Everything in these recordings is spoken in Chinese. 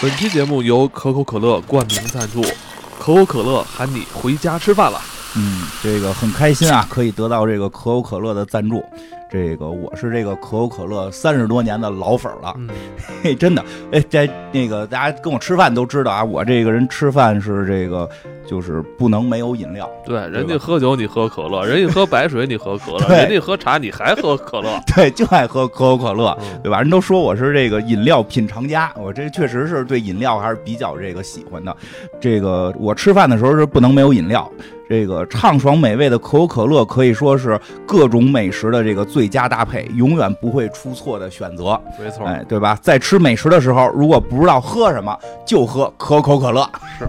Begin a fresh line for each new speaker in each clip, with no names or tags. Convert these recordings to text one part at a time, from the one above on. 本期节目由可口可乐冠名赞助，可口可乐喊你回家吃饭了。
嗯，这个很开心啊，可以得到这个可口可乐的赞助。这个我是这个可口可乐三十多年的老粉儿了，
嗯，
嘿，真的，哎，在那个大家跟我吃饭都知道啊，我这个人吃饭是这个就是不能没有饮料。
对，人
对
家
吧
喝酒你喝可乐，人家喝白水你喝可乐，
对
人家喝茶你还喝可乐。
对，就爱喝可口可乐，
嗯
对吧？人都说我是这个饮料品尝家，我这确实是对饮料还是比较这个喜欢的。这个我吃饭的时候是不能没有饮料。这个畅爽美味的可口可乐可以说是各种美食的这个最佳搭配，永远不会出错的选择，
没错，
哎，对吧？在吃美食的时候，如果不知道喝什么，就喝可口可乐，
是，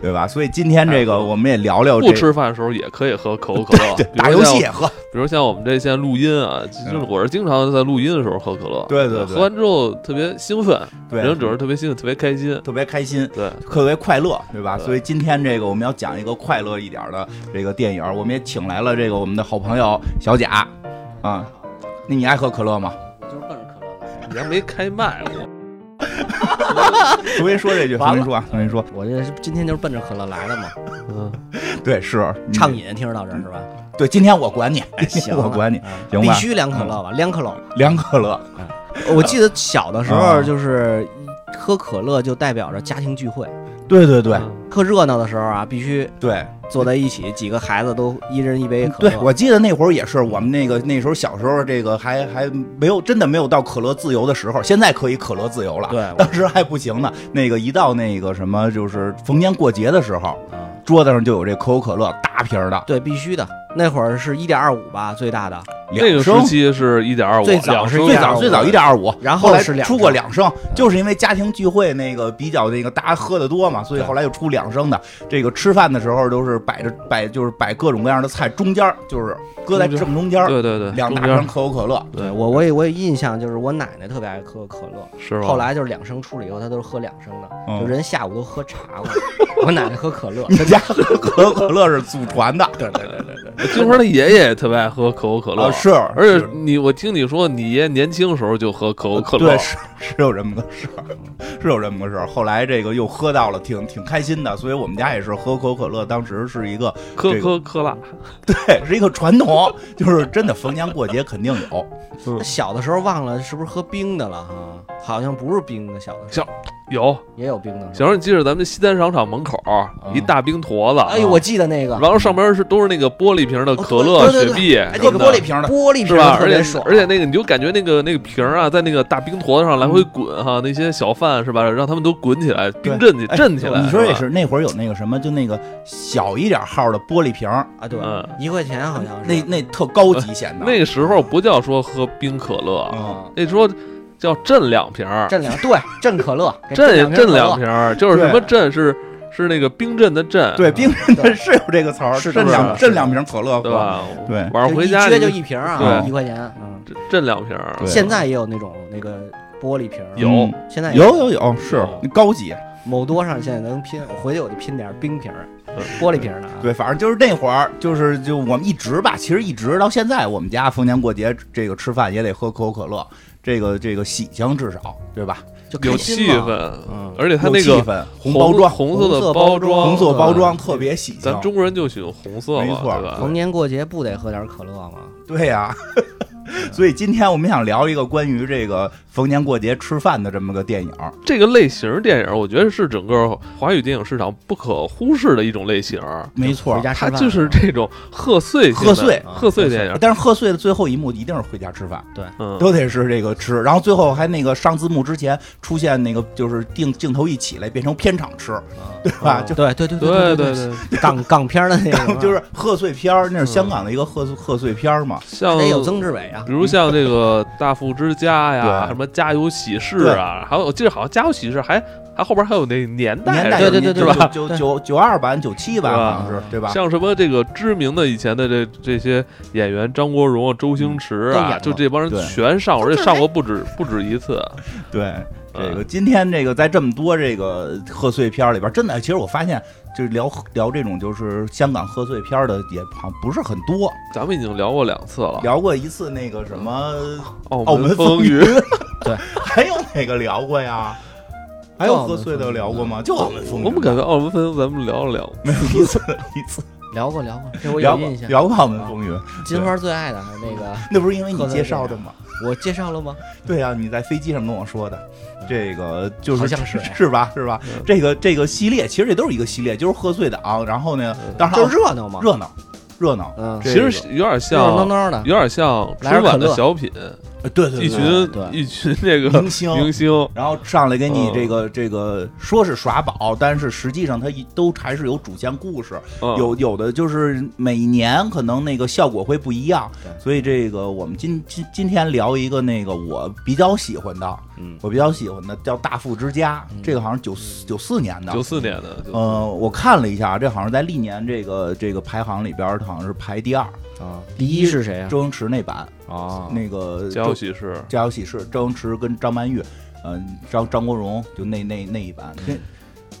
对吧？所以今天这
哎
个我们也聊聊这
不吃饭的时候也可以喝可口可乐
对，
比
打
如
游
像
戏也喝，
比如像我们这现在录音啊，就是我是经常在录音的时候喝可乐，
对对对
喝完之后特别兴奋，
对，
人主要是特别兴奋，特别开心，
特别开心。
对，
特别快乐，对吧？
对
所以今天这个我们要讲一个快乐一点儿的这个电影儿，我们也请来了这个我们的好朋友小贾啊。那你爱喝可乐吗？
我就是奔着可乐来
你还没开麦我。
重新说这句，重
完
新
了
说啊，重新说。
的。我这是今天就是奔着可乐来的嘛，
嗯，
对，是
畅。
嗯
饮听着到这儿是吧？
对，今天我管你，今
行
天
了，
我管你，
啊
行
必
吧嗯
须两可乐吧，两可乐。
凉可乐。
我记得小的时
啊
候就是喝可乐就代表着家庭聚会，
对对对
嗯
特热闹的时候啊，必须
对
坐在一起，几个孩子都一人一杯可
嗯
乐。
对，我记得那会儿也是，我们那个那时候小时候，这个还还没有真的没有到可乐自由的时候，现在可以可乐自由了。
对我
当时还不行呢。那个一到那个什么，就是逢年过节的时候，
啊
桌子上就有这可口可乐大瓶儿的，
对必须的。那会儿是一点二五吧，最大的，
那
两
个时
升。
期是一点二五，
最早
两
是
升
最
1.25
早最早一点二五，
然
后
后
来
是两
出过
升嗯
两升，就是因为家庭聚会那个比较那个大家喝的多嘛，所以后来又出两升的。这个吃饭的时候都是摆着摆就是摆各种各样的菜，中间儿就是搁在
中间
正中间儿，
对对对，
两
中
大
间
瓶可口可乐。
对我我也我有印象，就是我奶奶特别爱喝可乐，
是吧？
后来就是两升出了以后，她都是喝两升的，
嗯
就 人下午都喝茶了，我奶奶喝可乐，
你家喝可口可乐是祖传的，
对对对对对，
我金花的爷爷也特别爱喝可口可乐，
啊是，
而且
是啊
你我听你说，你爷年轻时候就喝可口可乐
对，，是是有这么个事儿，是有这么个事儿。后来这个又喝到了，挺挺开心的，所以我们家也是喝可口可乐，当时是一个
可
这个
可可乐，
对，是一个传统，就是真的逢年过节肯定有。
那小的时候忘了是不是喝冰的了哈？好像不是冰的，小的时
有
候也有冰的。
小时候你记着咱们西单商场门口儿
啊
一大冰坨子，啊
哎呦，我记得那个，
然后上边是都是那个玻璃瓶的可乐、
哦对
雪
对对
碧，
哎，那个玻璃瓶的，
玻璃
是
瓶
吧？
特
而
别
且
爽，
而且那个你就感觉那个那个瓶儿啊，在那个大冰坨子上来
嗯
回滚哈，那些小贩是吧，让他们都滚起来，冰镇起
哎
震起来。
你说也
吧，
是，那会儿有那个什么，就那个小一点号的玻璃瓶儿，
啊，对
嗯，
一块钱好像是
那那特高级显得。
呃那个嗯时候不叫说喝冰可乐，
啊，
那时候叫震两瓶儿，
镇哎两对镇可乐，给
震
镇
震两
瓶
瓶儿，就是
对
什么震是是那个冰镇的震，
对，冰镇的
对
是有这个词儿，
是
镇
是
两
是
镇两瓶可乐
对
喝。
吧？
对
晚上
就
回
一
家
撅就一瓶啊，
对
一块钱。嗯，
震震两瓶儿，
对
现在也有那种那个玻璃瓶儿，啊
有
嗯
现在也
有有有，是
有
嗯高级。
某多上现在能拼，我回去我就拼点儿冰瓶儿
嗯、
玻璃瓶儿的啊。
对，反正就是那会儿，就是就我们一直吧，其实一直到现在，我们家逢年过节这个吃饭也得喝可口可乐，这个这个喜庆至少对吧？
就开
有
心
气
嘛，
氛，
嗯
而且它
有
那
气
个
氛，红包装，
红色
红
的
色
包
包装
红色包
对
装特别喜庆。
咱中国人就喜欢红色嘛，
没错
对吧？
逢年过节不得喝点儿可乐吗？
对 呀、所以今天我们想聊一个关于这个逢年过节吃饭的这么个电影儿。
这个类型电影，我觉得是整个华语电影市场不可忽视的一种类型。
没
回家吃
啊它
饭
就是这种贺岁型的
贺岁
贺岁电影，
哎但是贺岁的最后一幕一定是回家吃饭，
嗯，
都得是这个吃。然后最后还那个上字幕之前出现那个就是定镜头一起来变成片场吃，
啊
对吧？就
对对对
对
对
对，
港港片儿的那个
就是贺岁片儿，那是香
嗯
港的一个贺岁贺岁片儿嘛。
像
得有曾志伟啊
比，如像这个《大富之家》呀，
对
什么《家有喜事》啊，还有我记得好像《家有喜事》还还后边还有那年代
年
是吧
代
哎对对对
是
对
吧？
对
九
对
九九二版、九七版
对吧
好像是对吧？
像什么这个知名的以前的这这些演员，张国荣啊、周
嗯
星驰
都演
啊，
过
就这帮人
对
全上过，而且上过不止不止一次。
对，这个
嗯
今天这个在这么多这个贺岁片儿里边儿，真的，其实我发现就是聊聊这种就是香港贺岁片儿的也好像不是很多，
咱们已经聊过两次了，
聊过一次那个什么
澳
澳门
啊风
风云，
对，
还有哪个聊过呀？还有贺岁的聊过吗？就澳门风
我们
筝，
感觉奥文芬咱们聊了聊，
没有一次一次
聊过聊过，这我
聊
有
过
印象。
聊过澳门风云，
金花最爱的还是那个，
那不是因为你介绍的吗？
我介绍了吗？
对啊，你在飞机上跟我说的，这个就是
嗯好像是
是吧？是吧
嗯？
这个这个系列其实也都是一个系列，就是贺岁档，啊然后呢，当然
嗯就是热闹嘛，
热闹，热闹，
嗯，
其
这
实
个
是有点
热热
像，
闹闹的，
有点像春晚的小品，
呃对对
一群
对
对
一群这个
明星。
明星，
然后上来给你
嗯
这个这个说是耍宝，但是实际上它一都还是有主线故事，
嗯
有有的就是每年可能那个效果会不一样，
对
所以这个我们今今今天聊一个那个我比较喜欢的，
嗯，
我比较喜欢的叫《大富之家》，
嗯
这个好像九四九四年的，
九四年的，就是
呃，我看了一下，这好像在历年这个这个排行里边儿，好像是排第二。
啊，第一是谁啊？
周星驰那版，
啊，
那个
家有
周
喜事，
家有喜事，周星驰跟张曼玉，嗯、张张国荣就那那那一版。
嗯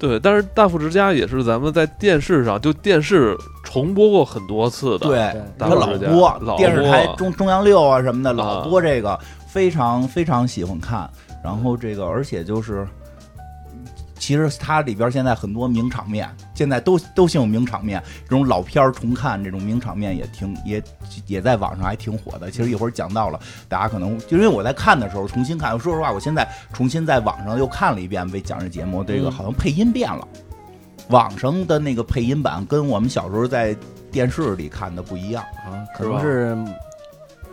那
对，但是《大富之家》也是咱们在电视上就电视重播过很多次的，，
对
对，
他
大
老
富之家
播
老
电视台
播
中中央六啊什么的，
啊
老播这个，非常非常喜欢看。然后这个，而且就是。其实它里边现在很多名场面，现在都都兴有名场面，这种老片儿重看，这种名场面也挺也也在网上还挺火的。其实一会儿讲到了，大家可能就因为我在看的时候重新看，说实话，我现在重新在网上又看了一遍为讲这节目，这个
嗯
好像配音变了，网上的那个配音版跟我们小时候在电视里看的不一样。
啊，可能是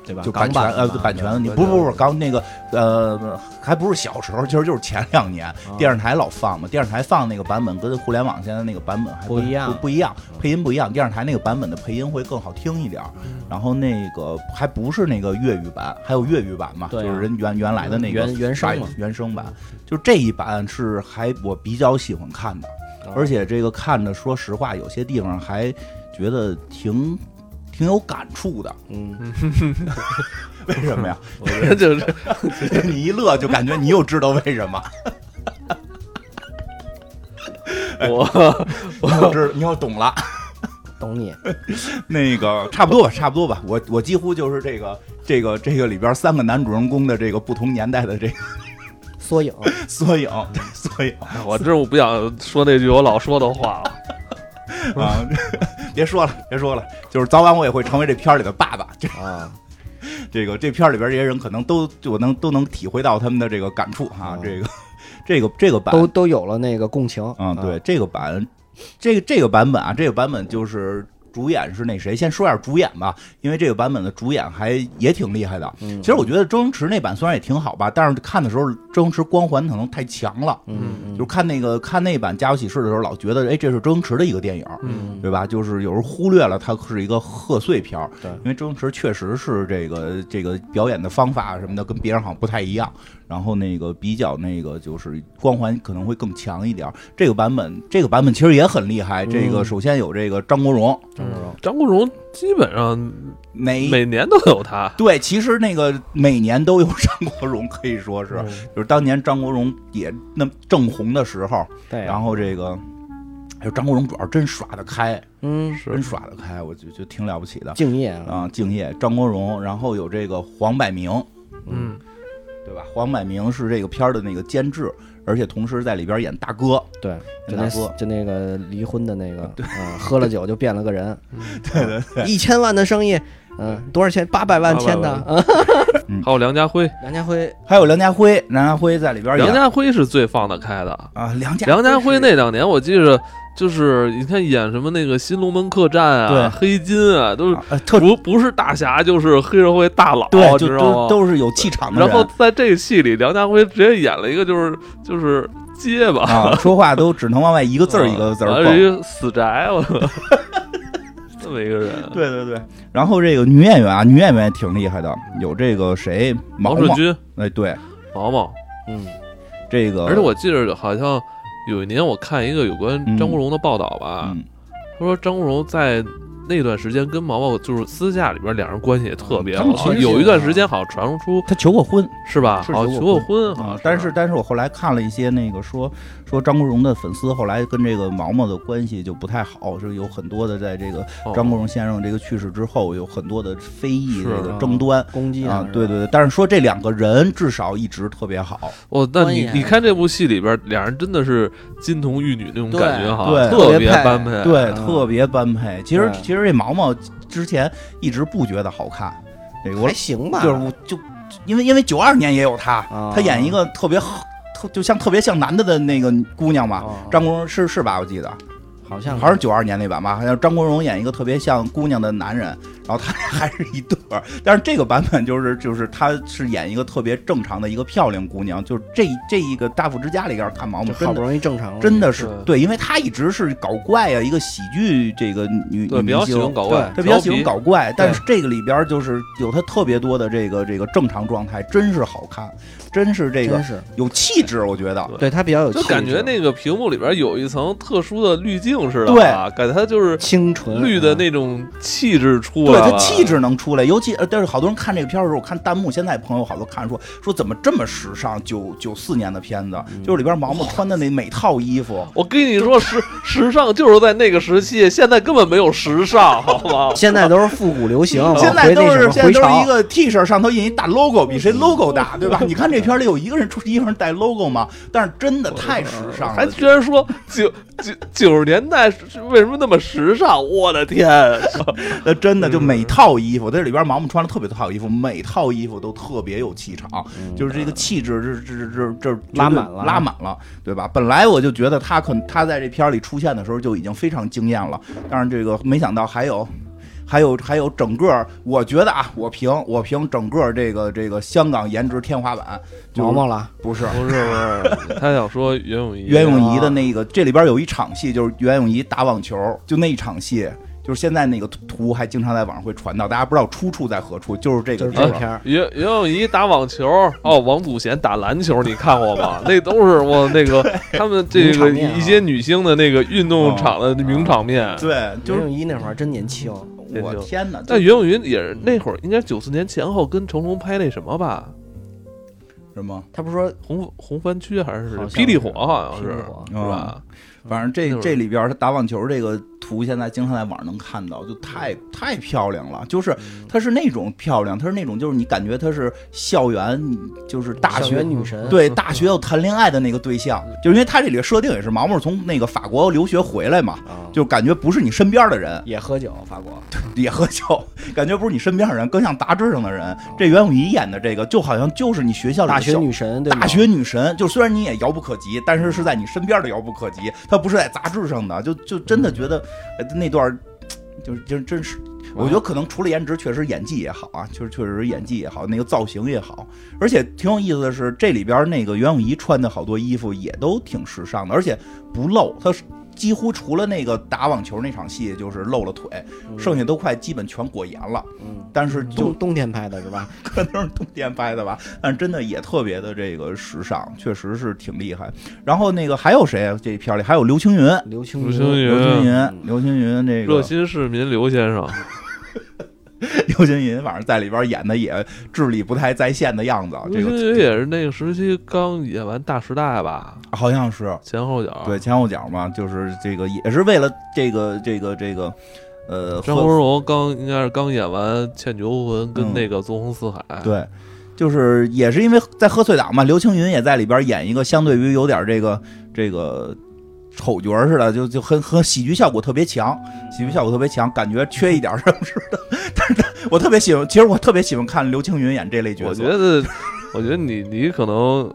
对吧？
就版
港
权
版
呃
的吧
版权
对
问题，
对
不
对
不不，刚那个呃还不是小时候，其实就是前两年
啊
电视台老放嘛，电视台放那个版本跟互联网现在那个版本还
不一样
不不一样
嗯，
配音不一样，电视台那个版本的配音会更好听一点儿，然后那个还不是那个粤语版，还有粤语版嘛，就
对啊
是人原原来的那个
原原声
版
嘛
原声版，就这一版是还我比较喜欢看的，
啊
而且这个看着说实话，有些地方还觉得挺挺有感触的，
嗯，
为什么呀？
就是
你一乐就感觉你又知道为什么，
我
你又知你又懂了。
懂你，
那个差不多吧，差不多吧。我我几乎就是这个这个这个里边三个男主人公的这个不同年代的这个
缩影，
缩影，对缩影
我真是不想说那句我老说的话了，
啊！别说了，别说了，就是早晚我也会成为这片儿里的爸爸。 这
啊，
这个这片儿里边这些人可能都我能都能体会到他们的这个感触啊
哦。
这个这个这个版
都都有了那个共情啊
嗯，对，，这个版，这个这个版本啊，这个版本就是主演是那谁，先说一下主演吧，因为这个版本的主演还也挺厉害的。
嗯
其实我觉得周星驰那版虽然也挺好吧，但是看的时候周星驰光环可能太强了，
嗯
就是看那个看那版《家有喜事》的时候，老觉得哎，这是周星驰的一个电影。
嗯，
对吧？就是有时候忽略了它是一个贺岁片儿，
对
因为周星驰确实是这个这个表演的方法什么的跟别人好像不太一样，然后那个比较那个就是光环可能会更强一点儿。这个版本这个版本其实也很厉害，这个
嗯
首先有这个张国荣，
张国荣
嗯张国荣基本上
每
每年都有他，
对，其实那个每年都有张国荣，可以说是，
嗯
就是当年张国荣也那么正红的时候，
哎
对，
然后这个。还有张国荣主要真耍得开，
嗯，
真耍得开，我就觉得挺了不起的。
敬业啊，
啊，敬业、张国荣，然后有这个黄百鸣，
嗯，
对吧？黄百鸣是这个片儿的那个监制，而且同时在里边演大哥。
对，
跟
就那
他说
就那个离婚的那个，啊，喝了酒就变了个人，嗯
对对对，
一千万的生意，嗯，多少钱？八百万签的，
800
啊，
还有梁家辉，
梁家辉
还有梁家辉，梁家辉在里边演
梁家辉是最放得开的，
啊，梁家
梁家
是
辉那两年我记着就是你看演什么那个《新龙门客栈》
对
啊，《黑金》啊，都是
啊呃特
不不是大侠就是黑社会大佬，
对，
你
就
知
都
道吗？
都是有气场的人，
然后在这个戏里，梁家辉直接演了一个就是就是结巴，
啊，说话都只能往外一个字
啊
儿一个字儿
而
蹦。
一个死宅，我操这么一个 人，
对对对，然后这个女演员啊，女演员也挺厉害的，有这个谁毛
毛顺
毛，
君、
哎对，
毛毛，
嗯，
这个
而且我记着好像啊有一年我看一个有关张国荣的报道吧，
嗯
他说张国荣在那段时间跟毛毛就是私下里边两人关系也特别
他
好
们其，实
有一
是啊
段时间好像传出
他求过婚，
是吧？
是
好像
求
求
过
过婚，好
啊
像，
但是但是我后来看了一些那个说说张国荣的粉丝后来跟这个毛毛的关系就不太好，是有很多的在这个
哦
张国荣先生这个去世之后有很多的非议
是
这个
啊
争端
攻击
啊
他，，
对对，对，但是说这两个人至少一直特别好，
哦，那
关
你
键
你看这部戏里边，俩人真的是金童玉女那种
对
感觉哈，
对
特
特
别
别配
般配。
对，
嗯
特别般配。其实
对
其实这毛毛之前一直不觉得好看，这个我
还行吧，
就是我就因为因为九二年也有他
啊，
他演一个特别好特就像特别像男的的那个姑娘嘛，
啊
张国荣是是吧？我记得
好像
还是九二年那版吧，好像张国荣演一个特别像姑娘的男人，然后他俩还是一对儿。但是这个版本就是就是他是演一个特别正常的一个漂亮姑娘，就是这这一个《大富之家》里边看毛毛
就
真
好不
的。
容易正常了，
真的是对，因为她一直是搞怪啊呀、一个喜剧这个女
对，比
女明
较喜
星
欢，搞怪，
她比较喜
调
欢
皮
搞怪，但是这个里边就是有她特别多的这个这个正常状态，真是好看，真是这个
真是
有气质，我觉得
对
对他比较有气
就
质，
感觉那个屏幕里边有一层特殊的滤镜似的，
对嗯
啊，感觉它就是
清纯嗯
绿的那种气质出来
对
了，
他气质能出来，尤其呃，但是好多人看这个片儿的时候，我看弹幕，现在朋友好多看说说怎么这么时尚？九九四年的片子，
嗯
就是里边毛毛穿的那每套衣服，
我跟你说，时时尚就是在那个时期，现在根本没有时尚，好 吗？
现在都是复古流行，啊
现在
回那
都
什
是
么
现在
回
都是一
潮，
个 T 恤上头印一大 logo，比
嗯
谁 logo 大，对吧？你看这片儿里有一个人出衣服上带 logo 吗？但是真的太时尚
还
了。
居然说九九九十年代是为什么那么时尚？我的天！
呃，真的就每套衣服，这里边毛毛穿了特别多套衣服，每套衣服都特别有气场，就是这个气质，这这这这这
拉满了
嗯拉满了，对吧？本来我就觉得他可他在这片儿里出现的时候就已经非常惊艳了，但是这个没想到还有。还有还有，整个我觉得啊，我评我评整个这个这个香港颜值天花板，就是
毛毛了，
不是
不是不是， 他想说袁咏仪，
袁咏仪的那个，这里边有一场戏，就是袁咏仪打网球，就那一场戏，就是现在那个图还经常在网上会传到，大家不知道出处在何处，就是这
就
个
是
地方
这片儿，
袁袁咏仪打网球，哦，王祖贤打篮球，你看过吗？那都是我那个他们这
名
个
场面啊
一些女星的那个运动场的名场面。
对，就
袁
是
咏仪那会儿真年轻，
对
我
就
天哪！
但
这
袁咏仪也是那会儿，应该九四年前后跟成龙拍那什么吧，
什么？
他不是说
《红红番区》还是
好
《
像是
霹雳火》？好像
苹
是，是
果
嗯
吧？
反正
那
这
会儿
这里边他打网球这个图，现在经常在网上能看到，就太太漂亮了。就是
嗯
她是那种漂亮，她是那种就是你感觉她是校园，就是大
校
学
园女神，
对 大学要谈恋爱的那个对象，就是因为她这里的设定也是毛毛从那个法国留学回来嘛，
啊，
就感觉不是你身边的人，
也喝酒，法国
也喝酒， 感觉不是你身边的人，更像杂志上的人。这袁咏仪演的这个，就好像就是你学校里的
大学
小
女神，对吗
大学女神，就虽然你也遥不可及，但是是在你身边的遥不可及，她不是在杂志上的，就就真的觉得、呃那段儿。就是真真是，我觉得可能除了颜值，确实演技也好啊，确实确实演技也好，那个造型也好，而且挺有意思的是，这里边那个袁咏仪穿的好多衣服也都挺时尚的，而且不露，她是几乎除了那个打网球那场戏就是露了腿，
嗯
剩下都快基本全裹严了。
嗯，
但是就
冬冬天拍的是吧？
可能是冬天拍的吧，但是真的也特别的这个时尚，确实是挺厉害。然后那个还有谁啊？这片儿里还有刘青云，
刘青
刘青
刘
云，
青云，刘青云这
嗯热
个
心市民刘先生，
刘青云，反正在里边演的也智力不太在线的样子，啊这
刘
个
青云也是那个时期刚演完《大时代》吧，
好像是
前后脚。
对，前后脚嘛，就是这个也是为了这个这个这个呃
张
和
国荣刚应该是刚演完《倩女幽魂》跟
嗯
那个《纵横四海》，
对，就是也是因为在贺岁档嘛，刘青云也在里边演一个相对于有点这个这个丑角似的，就就很很喜剧效果特别强，喜剧效果特别强，感觉缺一点什么似的。 但是他我特别喜欢，其实我特别喜欢看刘青云演这 类角色。
我觉得，我觉得你你可能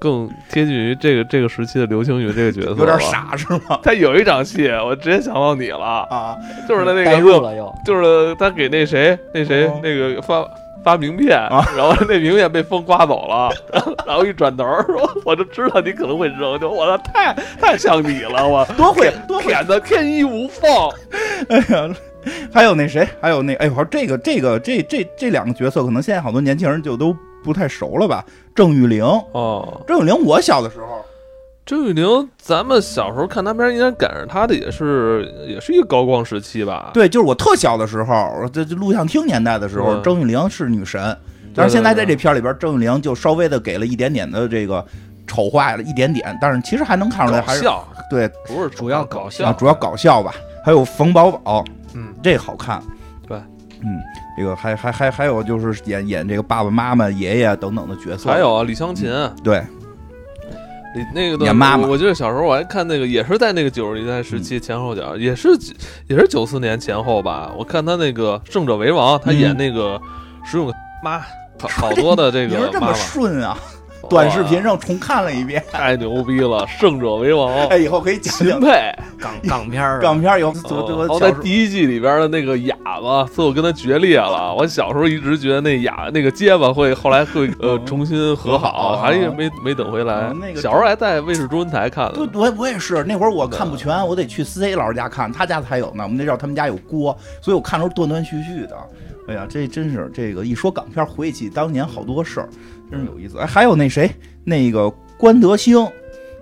更贴近于这个这个时期的刘青云这个角色，
有点。傻是吗？
他有一场戏，我直接想到你了，
啊，
就是他那
代
个
入了又，
就是他给那谁那谁
哦啊
那个发发名片，然后那名片被风刮走了， 然后然后一转头说我就知道你可能会扔，就我操太太像你了，我
多会多会
舔的天衣无缝，
哎呀，还有那谁，还有那哎呦，我说这个这个这这这两个角色，可能现在好多年轻人就都不太熟了吧？郑裕玲，
哦，
郑裕玲，我小的时候
周雨宁，咱们小时候看他片儿，应该赶上他的也是也是一个高光时期吧？
对，就是我特小的时候，这这录像厅年代的时候，
嗯
郑玉玲是女神，
对
但是现在在
对
这片儿里边，郑玉玲就稍微的给了一点点的这个丑化了一点点，但是其实还能看出来
搞
还是
笑
对
不是
主要搞笑
啊，主要搞笑吧。还有冯宝宝，
嗯，
这好看，
对，
嗯，这个还还还还有就是演演这个爸爸妈妈、爷爷等等的角色，
还有啊，李香琴，
嗯对，
李那个段
演妈妈嗯
我我记得小时候我还看那个，也是在那个九十年代时期前后脚，也是也是九四年前后吧。我看他那个《胜者为王》，他
嗯
演那个石勇妈，好 好多的这
你
个
说这
妈妈，
么
哦
顺啊？
哇
短视频上重看了一遍，
太牛逼了，《胜者为王》
哎，以后可以讲
秦
讲
沛，
港港片儿啊，
港片儿有
哦
多多
哦，
小
在
时候
第一季里边的那个哑巴，最后跟他决裂了。我小时候一直觉得那哑那个结巴会后来会呃
嗯
重新和好，
哦
还是没没等回来
哦。那个
小时候还在卫视中文台看的
对，我我也是，那会儿我看不全，我得去思 C 老师家看，他家才有呢。我们那叫他们家有锅，所以我看的时候断断续续的。哎呀，这真是这个一说港片，回忆起当年好多事儿，真是有意思。哎，还有那谁，那个关德兴。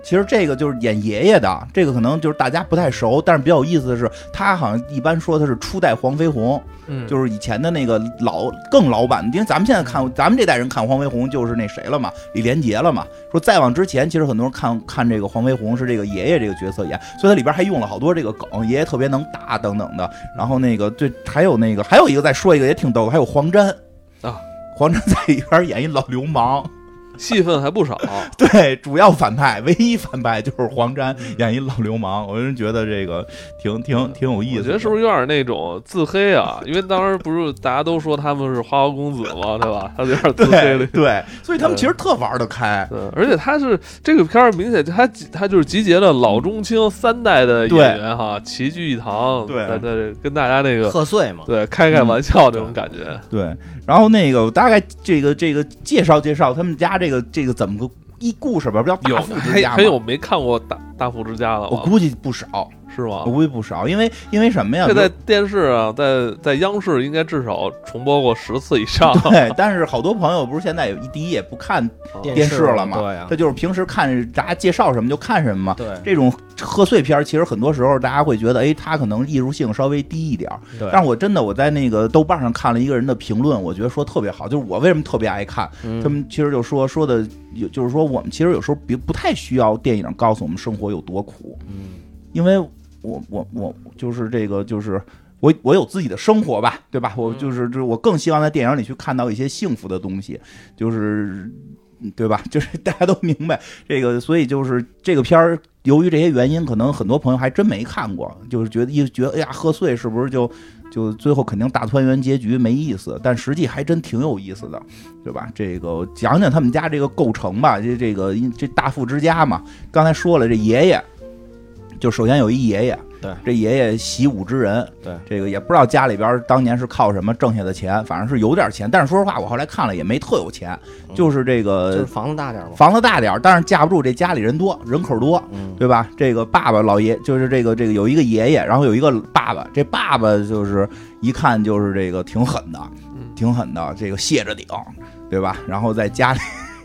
其实这个就是演爷爷的，这个可能就是大家不太熟，但是比较有意思的是，他好像一般说他是初代黄飞鸿，
嗯，
就是以前的那个老更老版，因为咱们现在看，咱们这代人看黄飞鸿就是那谁了嘛，李连杰了嘛。说再往之前，其实很多人看看这个黄飞鸿是这个爷爷这个角色演，所以它里边还用了好多这个梗，爷爷特别能打等等的。然后那个对，还有那个还有一个再说一个也挺逗，还有黄沾
啊。
黄沾在里边演一老流氓，
戏份还不少。
对，主要反派，唯一反派就是黄沾
嗯
演一老流氓，我就觉得这个挺挺挺有意思
我
的。
觉得是不是有点那种自黑 啊？因为当时不是大家都说他们是花花公子嘛，对吧？他有点自黑
对
了。
对，所以他们其实特玩得开。
嗯，而且他是这个片儿，明显就他集他就是集结了老中青三代的演
对
员哈，齐聚一堂，
对嗯
在在跟大家
啊
那个
贺岁嘛，
对开开玩笑这种感觉。
对，然后那个我大概这个这个介绍介绍他们家这个这个怎么个一故事吧，不叫
有
大富之
还
家吗
还有，没看过大大富之家的
我
吗？
估计不少，
是吗
我？估计不少，因为因为什么呀？
啊这在
就
电视啊，在在央视应该至少重播过十次以上。
对，但是好多朋友不是现在有一第一也不看
啊
电视了嘛
对呀
他，就是平时看大家介绍什么就看什么嘛。
对
这种贺岁片儿其实很多时候大家会觉得，哎，它可能艺术性稍微低一点儿。
对
但是我真的我在那个豆瓣上看了一个人的评论，我觉得说特别好，就是我为什么特别爱看，
嗯
他们其实就说说的有，就是说我们其实有时候不不太需要电影告诉我们生活有多苦，
嗯
因为我我我就是这个就是我我有自己的生活吧，对吧？我
嗯
就是就是我更希望在电影里去看到一些幸福的东西，就是嗯对吧？ 就是大家都明白这个，所以就是这个片儿。由于这些原因，可能很多朋友还真没看过，就是觉得一觉得哎呀，贺岁是不是就就最后肯定大团圆结局没意思？但实际还真挺有意思的，对吧？这个我讲讲他们家这个构成吧，这这个因这大富之家嘛，刚才说了，这爷爷就首先有一爷爷，
对，
这爷爷习武之人，
对，
这个也不知道家里边当年是靠什么挣下的钱，反正是有点钱，但是说实话，我后来看了也没特有钱，
嗯
就是这
就是
个
房子大点儿嘛，
房子大点儿，但是架不住这家里人多，人口多，
嗯，
对吧？这个爸爸老爷就是这个这个有一个爷爷，然后有一个爸爸，这爸爸就是一看就是这个挺狠的
嗯，
挺狠的，这个卸着顶，对吧？然后在家里。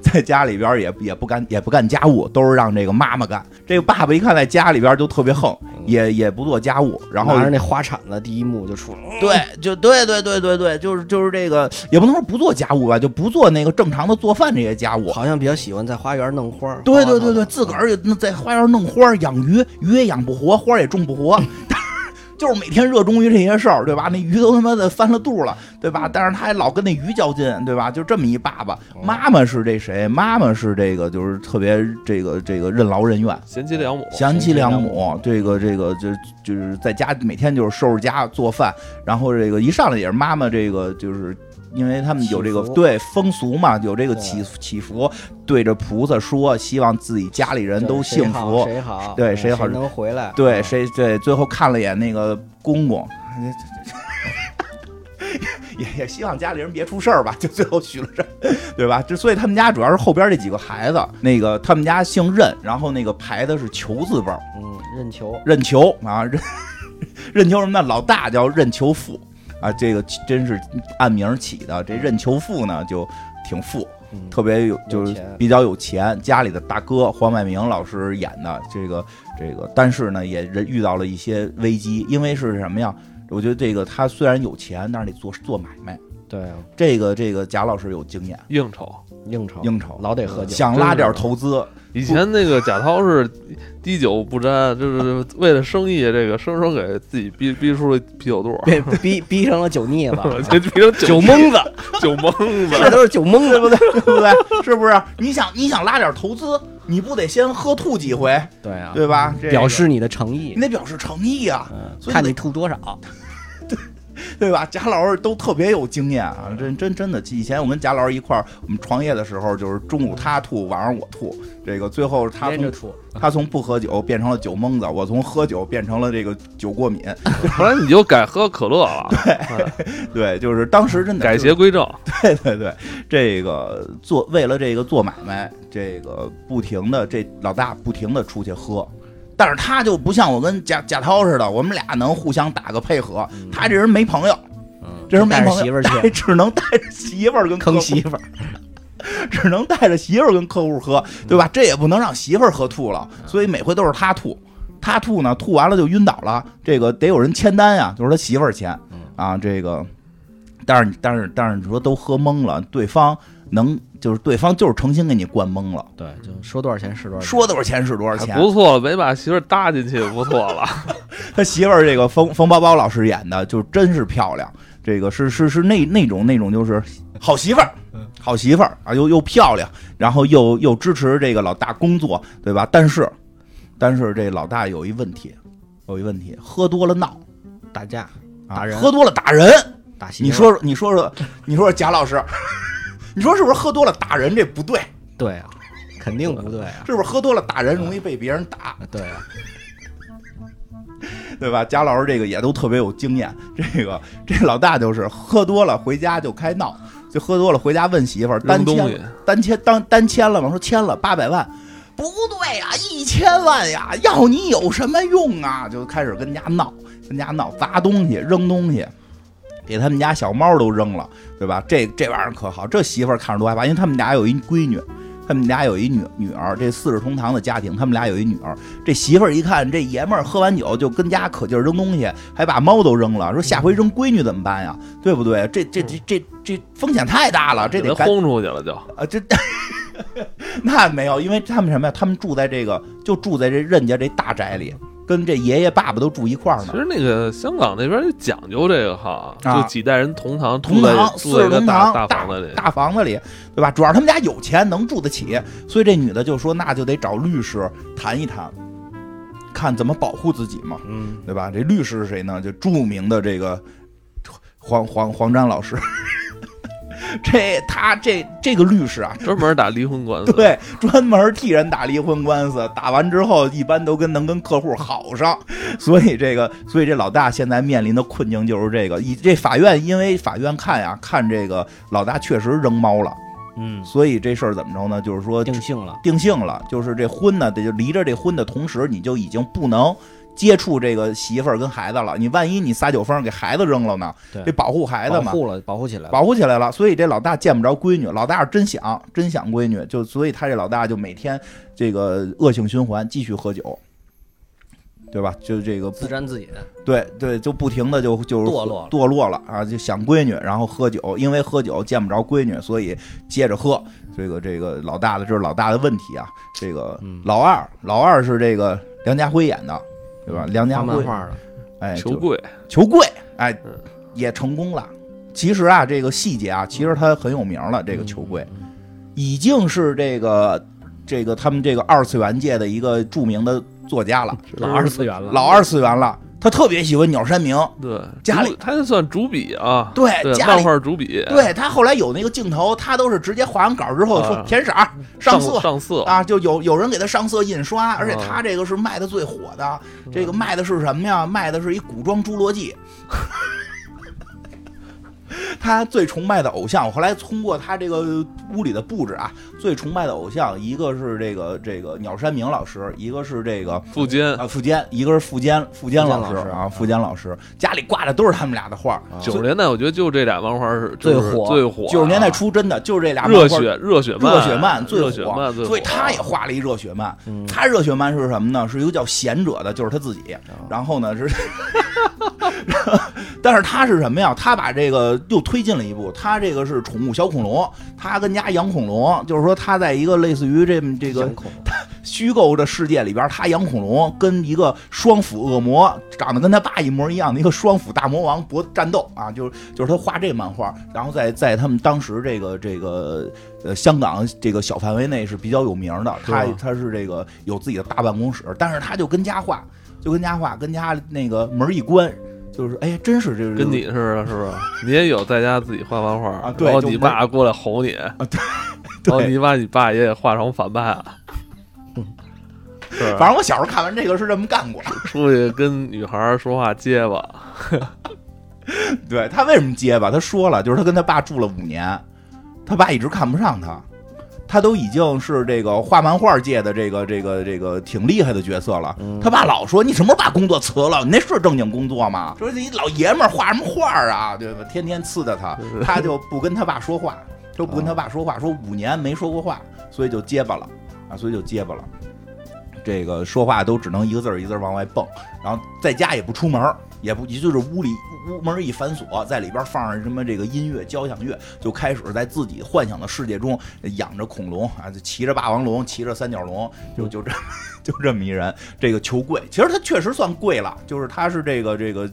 在家里边也也不干也不干家务，都是让这个妈妈干。这个爸爸一看在家里边就特别横，也也不做家务，然后
拿着那花铲子，第一幕就出来了，
对，就对对对对对，就是就是这个，也不能说不做家务吧，就不做那个正常的做饭这些家务。
好像比较喜欢在花园弄花儿。
对
花
对对
花草
对，
草
自个儿也弄在花园弄花儿，养鱼，鱼也养不活，花儿也种不 活，但是就是每天热衷于这些事儿，对吧？那鱼都他妈的翻了肚了，对吧？但是他还老跟那鱼较劲，对吧？就这么一爸爸，
哦
妈妈是这谁？妈妈是这个，就是特别这个这个任劳任怨。
贤妻良母，
贤妻
妻
良
良
母，这个这个就就是在家每天就是收拾家做饭，然后这个一上来也是妈妈这个就是。因为他们有这个
祈福
对风俗嘛，有这个
对
祈祈福，对着菩萨说，希望自己家里人
嗯对
都
谁
幸
好
福。
谁好，
对
嗯
谁好
能回来，
对，
嗯
谁对？最后看了眼那个公公，也也希望家里人别出事儿吧，就最后许了这，对吧？这所以他们家主要是后边这几个孩子，那个他们家姓任，然后那个排的是球字辈儿，
嗯，任求，
任求啊， 任任求什么呢？老大叫任求富啊，这个真是按名儿起的。这任求富呢，就挺富，
嗯
特别有
有
就
钱
是比较有钱，家里的大哥黄百鸣老师演的这个这个，但是呢也人遇到了一些危机，因为是什么呀？我觉得这个他虽然有钱，但是得做做买卖。
对啊，
这个这个贾老师有经验，
应酬。
应酬
应酬
哦老得喝酒，
想拉点投资，
以前那个贾涛是滴酒不沾，就是为了生意，这个生生给自己逼逼出了啤酒肚儿，，
被逼逼成了酒 腻子
这逼成
酒蒙子，
酒蒙
这
子。
都是酒蒙 子，
对不对？对不对？是不是？你想你想拉点投资，你不得先喝吐几回，
对啊，
对吧？这个
表示你的诚意
你，得表示诚意啊，
嗯，
所以
看
得
你吐多少，
对吧？贾老师都特别有经验啊，真真真的。以前我跟贾老师一块儿，我们创业的时候，就是中午他吐，晚上我吐，这个最后他
连着
从
吐，
他从不喝酒变成了酒蒙子，我从喝酒变成了这个酒过敏。
后来你就改喝可乐了，哎
对，就是当时真的
改
就是
邪归正。
对对对，这个做为了这个做买卖，这个不停的这老大不停的出去喝，但是他就不像我跟贾贾涛似的，我们俩能互相打个配合。
嗯
他这人没朋友，
嗯
这人没
带着
朋友
媳妇儿
带
去
只能带着媳妇儿跟客户
坑媳，妇儿，
只能带着媳妇儿跟客户喝，
嗯
对吧？这也不能让媳妇儿喝吐了，所以每回都是他吐。他吐呢，吐完了就晕倒了，这个得有人签单呀，就是他媳妇儿签
嗯
啊，这个。但是但是但是你说都喝懵了，对方能就是对方就是诚心给你灌懵了，
对，就说多少钱是多少钱，
说多少钱是多少
还
钱。
不错了，没把媳妇儿搭进去，不错了。
他媳妇儿这个冯冯宝宝老师演的就真是漂亮，这个是是是那那种那种就是好媳妇儿
嗯，
好媳妇儿啊，又又漂亮，然后又又支持这个老大工作，对吧？但是但是这老大有一问题，有一问题，喝多了闹，
打架
啊、
打人
喝多了打人，
打媳妇儿，
你说说你说说你说说贾老师， 你说是不是喝多了打人这不对？
对啊，肯定不对啊，
是不是喝多了打人容易被别人打？
对啊，
对吧？贾老师这个也都特别有经验，这个这老大就是喝多了回家就开闹，就喝多了回家问媳妇儿
扔
单
东西
签，单签当单签了吗？说签了八百万，不对呀、一千万呀，要你有什么用啊？就开始跟家闹，跟家闹砸东西扔东西。给他们家小猫都扔了，对吧？这这玩意儿可好，这媳妇儿看着多害怕，因为他们俩有一闺女，他们俩有一女女儿，这四世同堂的家庭，他们俩有一女儿，这媳妇儿一看这爷们儿喝完酒就跟家可劲儿扔东西，还把猫都扔了，说下回扔闺女怎么办呀？对不对？这这这这这风险太大了，这
给
得
他
赶
轰出去了就。
啊这。 那没有，因为他们什么呀？他们住在这个，就住在这任家这大宅里，跟这爷爷爸爸都住一块儿
其
呢。
实那个香港那边就讲究这个哈，
啊
就几代人同堂，
同
住在
堂
住在
四
一个
同
大
堂
大
大
房子里。
大房子里，对吧？主要是他们家有钱，能住得起，所以这女的就说，那就得找律师谈一谈，看怎么保护自己嘛，
嗯，
对吧？这律师是谁呢？就著名的这个黄黄黄章老师。 这他这这个律师啊，
专门打离婚官司，
对， 专门替人打离婚官司，打完之后一般都跟能跟客户好上，所以这个，所以这老大现在面临的困境就是这个，以这法院因为法院看呀，看这个老大确实扔猫了，
嗯，
所以这事儿怎么着呢？就是说
定性了，
定性了，就是这婚呢，得就离着这婚的同时，你就已经不能。接触这个媳妇儿跟孩子了，你万一你撒酒疯给孩子扔了呢？
对
得保护孩子
保
嘛。
护了，保护起来了，
保护起来了，所以这老大见不着闺女，老大是真想真想闺女，就所以他这老大就每天这个恶性循环，继续喝酒，对吧？就这个不
自沾自饮，
对对，就不停的就就是
堕落了
堕落了啊，就想闺女，然后喝酒，因为喝酒见不着闺女，所以接着喝。这个这个老大的这是老大的问题啊，这个
嗯
老二老二是这个梁家辉演的，对吧？梁家
画漫
辉
画的，
哎，
求
就
贵，
球柜，哎
嗯，
也成功了。其实啊，这个细节啊，其实它很有名了。这个球柜
嗯，
已经是这个这个他们这个二次元界的一个著名的作家了，
老二
嗯
次元了，
老二次元了。他特别喜欢鸟山明，
对，
家里
主他算主笔啊，
对
对，
家
漫
里。
画主笔，
对他后来有那个镜头，他都是直接画完稿之后
啊
说填色儿
上
上色
上色，
啊，就有有人给他上色印刷，而且
啊
他这个是卖的最火的，这个卖的是什么呀？卖的是一古装《侏罗纪》， 他最崇拜的偶像，我后来通过他这个屋里的布置啊，最崇拜的偶像，一个是这个这个鸟山明老师，一个是这个
富坚
啊，富坚，一个是富坚，富坚老师
富坚老师
啊，富坚老师家里挂的都是他们俩的画儿。
啊
九十年代，我觉得就这俩漫画是
最
就是
火
最火啊
九十年代初真的就是这俩
热
漫画
血热血漫
热血漫最
热血
火
漫最，火，啊
所以他也画了一热血漫。
嗯
他热血漫是什么呢？是一个叫贤者的，就是他
啊
自己。然后呢是， 但是他是什么呀？他把这个又推进了一步，他这个是宠物小恐龙，他跟家养恐龙，就是说他在一个类似于这这个
养恐龙
虚构的世界里边，他养恐龙，跟一个双斧恶魔长得跟他爸一模一样的一个双斧大魔王搏战斗啊，就是就是他画这漫画，然后在在他们当时这个这个呃香港这个小范围内是比较有名的，
是
他
吗
他是这个有自己的大办公室，但是他就跟家画，就跟家画，跟家那个门一关，就是哎，真是这个
跟你似的，是吧？你也有在家自己画漫画
啊对
然后
就
你
不是
爸过来吼你，然后
对。
你把你爸也给画成反 派了，是吧
反正我小时候看完这个是这么干过，
出去跟女孩儿说话结巴，
对他为什么结巴？他说了，就是他跟他爸住了五年，他爸一直看不上他，他都已经是这个画漫画界的这个这个这个挺厉害的角色了。他爸老说你什么时候把工作辞了？你那是正经工作吗？说你老爷们儿画什么画啊？对吧？天天呲的他，他就不跟他爸说话，就不跟他爸说话，说五年没说过话，所以就结巴了啊，所以就结巴了。这个说话都只能一个字儿一个字儿往外蹦，然后在家也不出门儿，也不也就是屋里屋门儿一反锁，在里边儿放上什么这个音乐交响乐，就开始在自己幻想的世界中养着恐龙啊，就骑着霸王龙，骑着三角龙，就就这就这么一 人。这个求贵，其实他确实算贵了，就是他是这个这个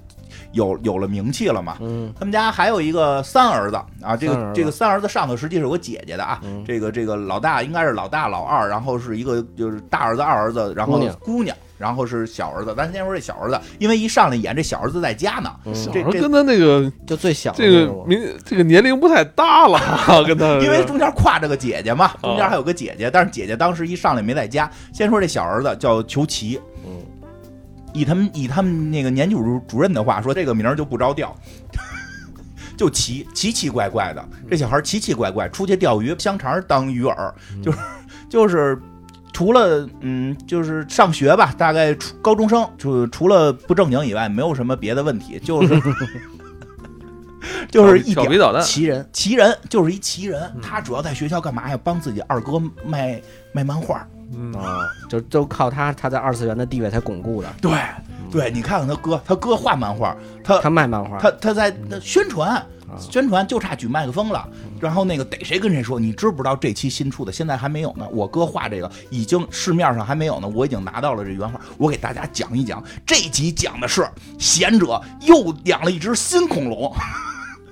有有了名气了嘛。
嗯
他们家还有一个三儿子啊，这
三
个
儿子
这个三儿子上头实际是我姐姐的啊，
嗯
这个这个老大应该是老大老二，然后是一个就是大儿子二儿子，然后
姑娘
然后是小儿子。咱先说这小儿子，因为一上来演这小儿子在家呢，
嗯
小
这
时候跟他那个
就最小的
这
那
个
种
民这个年龄不太搭了，跟他
因为中间跨着个姐姐嘛，中间
呃哦
还有个姐姐，但是姐姐当时一上来没在家。先说这小儿子叫裘奇，
嗯
以他们以他们那个年级主主任的话说，这个名儿就不着调， 就奇奇奇怪怪的。这小孩儿奇奇怪怪，出去钓鱼，香肠当鱼饵，就是就是。除了嗯，就是上学吧，大概初高中生，就除了不正经以外，没有什么别的问题，就是就是一
调
点
皮捣蛋，
奇人，
奇人就是一奇人
嗯，
他主要在学校干嘛呀？帮自己二哥卖卖漫画。
嗯，
啊，就都靠他，他在二次元的地位才巩固的。
对，对，你看看他哥，他哥画漫画，他
他卖漫画，
他他在他宣传
啊，
宣传就差举麦克风了。然后那个逮谁跟谁说，你知不知道这期新出的现在还没有呢？我哥画这个已经市面上还没有呢，我已经拿到了这原画，我给大家讲一讲。这集讲的是贤者又养了一只新恐龙。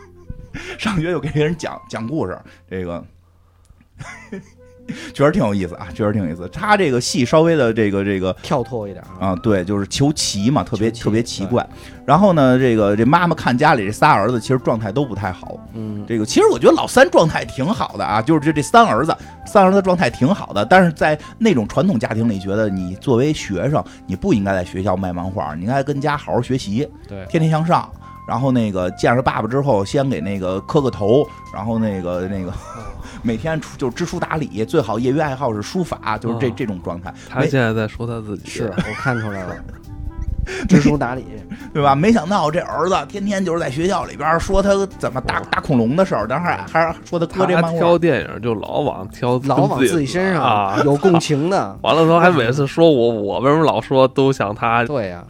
上学又给别人讲讲故事，这个 确实挺有意思啊，确实挺有意思。他这个戏稍微的这个这个
跳脱一点啊，
啊，对，就是求奇嘛，特别
求奇
特别奇
对
怪。然后呢，这个这妈妈看家里这仨儿子，其实状态都不太好。
嗯，
这个其实我觉得老三状态挺好的啊，就是这这三儿子，三儿子状态挺好的。但是在那种传统家庭里，觉得你作为学生，你不应该在学校卖漫画，你应该跟家好好学习，
对
天天向上。然后那个见着爸爸之后，先给那个磕个头，然后那个那
哦
个 每天出就知书达理，最好业余爱好是书法，就是这、
哦
这种状态。
他
没
现在在说他自己
是我看出来 了，知书达 理，
对吧？没想到这儿子天天就是在学校里边说他怎么打打恐龙的事儿，然后还还说他
他
哥这漫画
挑，电影就老往挑
老往
跟
自己身
啊。
上有 共情的
完了之后还每次说我，我为什么老说都像他？
对呀，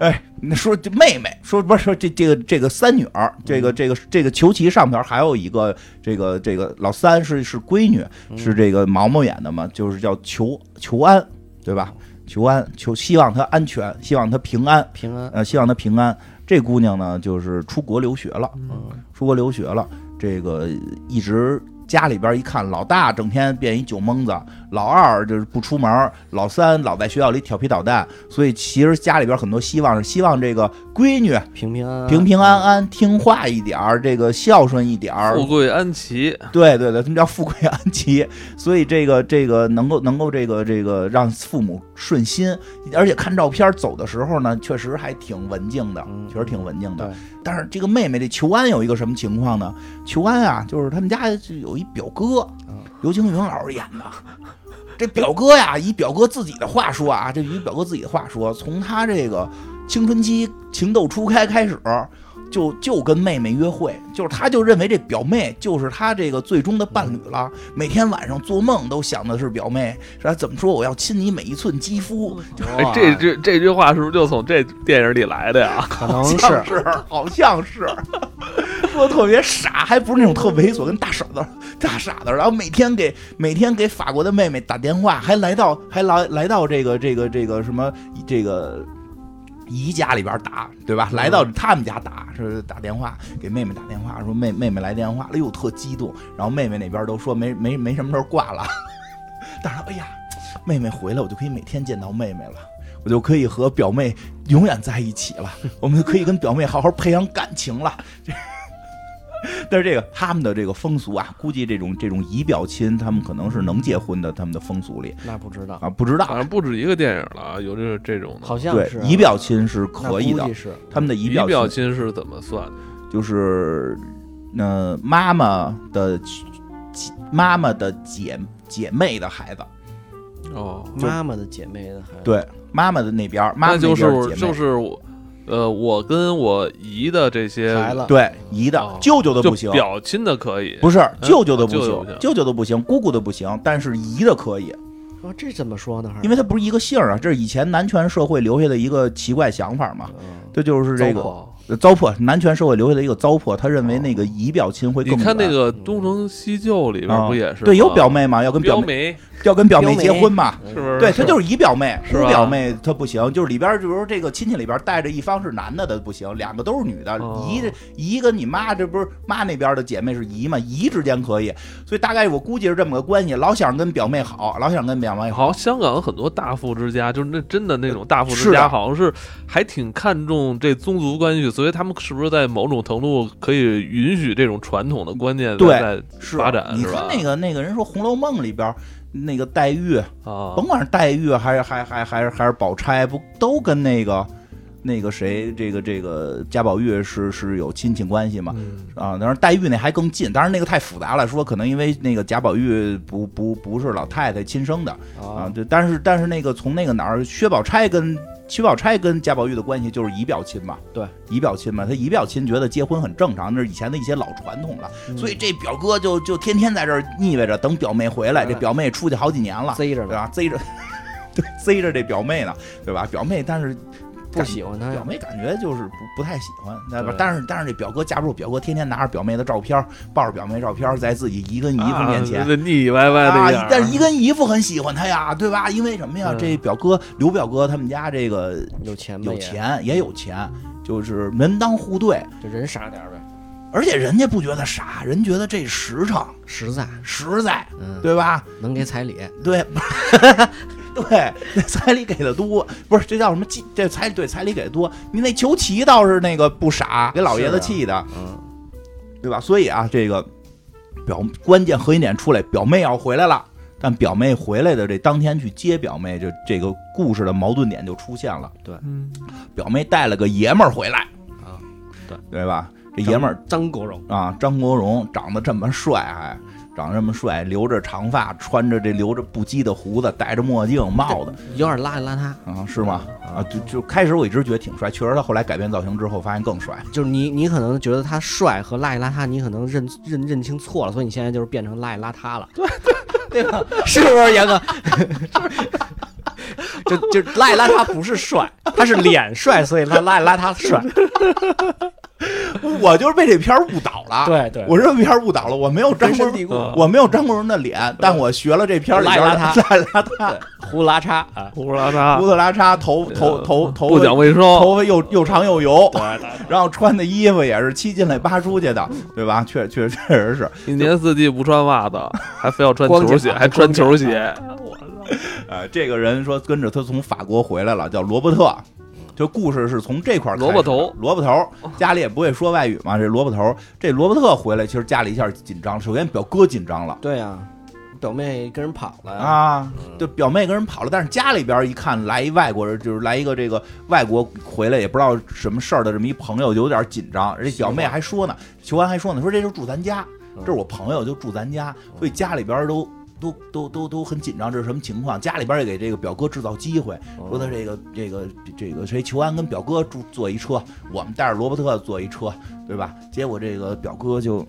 哎，那说这妹妹说不是说这这个这个三女儿，
嗯
这个这个这个裘奇上边还有一个这个这个老三是是闺女，
嗯
是这个毛毛演的嘛，就是叫裘裘安，对吧？裘安求希望她安全，希望她平安，
平安，
呃，希望她平安。这姑娘呢，就是出国留学了。
嗯
出国留学了，这个一直家里边一看，老大整天变一酒蒙子，老二就是不出门，老三老在学校里调皮捣蛋，所以其实家里边很多希望是希望这个闺女
平平安安嗯
平平安安、听话一点儿，这个孝顺一点儿
富，贵安琪，
对对对，他们叫富贵安琪，所以这个这个能够能够这个这个让父母顺心，而且看照片走的时候呢，确实还挺文静的，
嗯
确实挺文静的
对。
但是这个妹妹这求安有一个什么情况呢？求安啊，就是他们家就有一表哥
嗯，
刘青云老师演的。这表哥呀，以表哥自己的话说啊，这以表哥自己的话说，从他这个青春期情窦初开开始，就就跟妹妹约会，就是他就认为这表妹就是他这个最终的伴侣了。每天晚上做梦都想的是表妹，说怎么说我要亲你每一寸肌 肤，
哎
哇，
这句这句话是不是就从这电影里来的呀？
可能
好像
是
是，好像是， 说的特别傻，还不是那种特猥琐，跟大傻子大傻子。然后每天给每天给法国的妹妹打电话，还来到还来来到这个这个这个什么这个。姨家里边打，对吧？来到他们家打，是打电话给妹妹打电话，说妹妹妹来电话了，哎呦特激动。然后妹妹那边都说没没没什么事儿挂了， 但是哎呀，妹妹回来我就可以每天见到妹妹了，我就可以和表妹永远在一起了，我们可以跟表妹好好培养感情了。 这，但是这个他们的这个风俗啊，估计这种这种姨表亲，他们可能是能结婚的，他们的风俗里
那不知道，
啊，不知
好啊
道。
像不止一个电影了啊，有这这种的。
好像
对
是，
姨表亲是
那
可以的
估计，是
他们的姨
仪
表
表
亲
亲是怎么算的？
就是，呃，妈妈的姐妈妈的姐姐妹的孩子，
哦，
就
妈妈的姐妹的孩子，
对，妈妈的那边儿，妈
那
妈那
就
边
是
儿姐
我
妹，
就是我，呃，我跟我姨的这些
孩子，
对姨的、
哦
舅舅的
就
不行，
表亲的可以，
不是舅舅的不
舅舅不
行
行，
舅舅的不行，姑姑的不行，但是姨的可以，
说哦这怎么说呢？还是
因为它不是一个姓儿啊，这是以前男权社会留下的一个奇怪想法嘛，
嗯
这就是这个
哦
呃糟粕，男权社会留下的一个糟粕，他认为那个姨表亲会更
你看那
远
个《东成西就》里边
啊
不也是吗？
对有表妹嘛，要跟表
表
妹
妹
要跟表妹
表妹
结婚嘛。
是不是？
对，她就是姨表妹，
是
姑
吧
表妹她不行，就是里边儿，就是说这个亲戚里边儿带着一方是男的的不行，两个都是女的，
哦
姨姨跟你妈这不是妈那边的姐妹是姨嘛，姨之间可以，所以大概我估计是这么个关系，老想跟表妹好，老想跟表妹好。
好像香港很多大富之家，就是那真的那种大富
是
之
的
家，好像是还挺看重这宗族关系，所以他们是不是在某种程度可以允许这种传统的观念
对
在
是
发展
你
是
看
吧
那个那个人说《红楼梦》里边儿那个黛玉，
啊？
甭管是黛玉还是还还还是还是宝钗，不都跟那个那个谁这个这个贾宝玉是是有亲戚关系吗？
嗯
啊，当然黛玉那还更近，当然那个太复杂了，说可能因为那个贾宝玉不不不是老太太亲生的啊，
啊，
对，但是但是那个从那个哪儿，薛宝钗跟薛宝钗跟贾宝玉的关系就是姨表亲嘛，
对，
姨表亲嘛，她姨表亲觉得结婚很正常，那是以前的一些老传统了，
嗯
所以这表哥就就天天在这儿腻歪着，等表妹回来，这
嗯
表妹出去好几年了，
贼着
对
呢，
吧？贼着， 对，贼着这表妹呢，对吧？表妹，但是
不喜欢他
表
呀，
妹感觉就是不不太喜欢，那
对
边但是但是这表哥架不住，表哥天天拿着表妹的照片，抱着表妹照片，在自己姨跟姨夫面前
啊。那腻腻歪歪的样儿，
但是姨跟姨夫很喜欢他呀，对吧？因为什么呀？
嗯
这表哥刘表哥他们家这个
有钱吧
有
也，
钱，也有钱，就是门当户对，
就人傻点儿呗，
而且人家不觉得傻，人觉得这实诚
实在，
实在，
嗯，
对吧？
能给彩礼，
对， 对，那彩礼给的多，不是这叫什么计？这彩礼对彩礼给的多，你那求齐倒是那个不傻，给老爷子气的，
嗯，
对吧？所以啊，这个表关键核心点出来，表妹要回来了。但表妹回来的这当天去接表妹，就这个故事的矛盾点就出现了。
嗯
表妹带了个爷们儿回来
啊，
对
对吧？这爷们儿
张国荣，
啊，张国荣长得这么帅，还长得这么帅，留着长发，穿着这留着不羁的胡子，戴着墨镜、帽子，
有点邋里邋遢，
啊，是吗？啊，就就开始我一直觉得挺帅，确实他后来改变造型之后发现更帅。
就是你你可能觉得他帅和邋里邋遢，你可能认认认清错了，所以你现在就是变成邋里邋遢了，对 对吧？是不是严哥？ 就就邋里邋遢不是帅，他是脸帅，所以他邋里邋遢帅。
我就是被这片儿误导了，
对对
我认为片儿误导了，我没有张
根
国
深蒂
荣，
固。
嗯
我没有张国荣的脸，但我学了这片儿里边
邋里邋遢
邋里邋遢。
胡子拉碴啊，
胡拉碴
胡，子拉碴，头头头头
不
发
讲卫生，
头发又又长又油，然后穿的衣服也是七进来八出去的，对吧？确确确实是，
一年四季不穿袜子，还非要穿
光
球
脚
鞋，还穿球
啊
鞋，
呃，这个人说跟着他从法国回来了，叫罗伯特。就故事是从这块儿开始的
萝卜头
萝卜头家里也不会说外语嘛，这萝卜头，这罗伯特回来，其实家里一下紧张，首先表哥紧张了
对呀，表妹跟人跑了，
啊，就表妹跟人跑了，但是家里边一看来一外国人，就是来一个这个外国回来也不知道什么事儿的这么一朋友，就有点紧张。这表妹还说呢，求安还说呢，说这就住咱家，
嗯
这是我朋友就住咱家，所以家里边都。都都都都很紧张，这是什么情况？家里边也给这个表哥制造机会，说他这个这个这个谁，求安跟表哥住坐一车，我们带着罗伯特坐一车，对吧？结果这个表哥就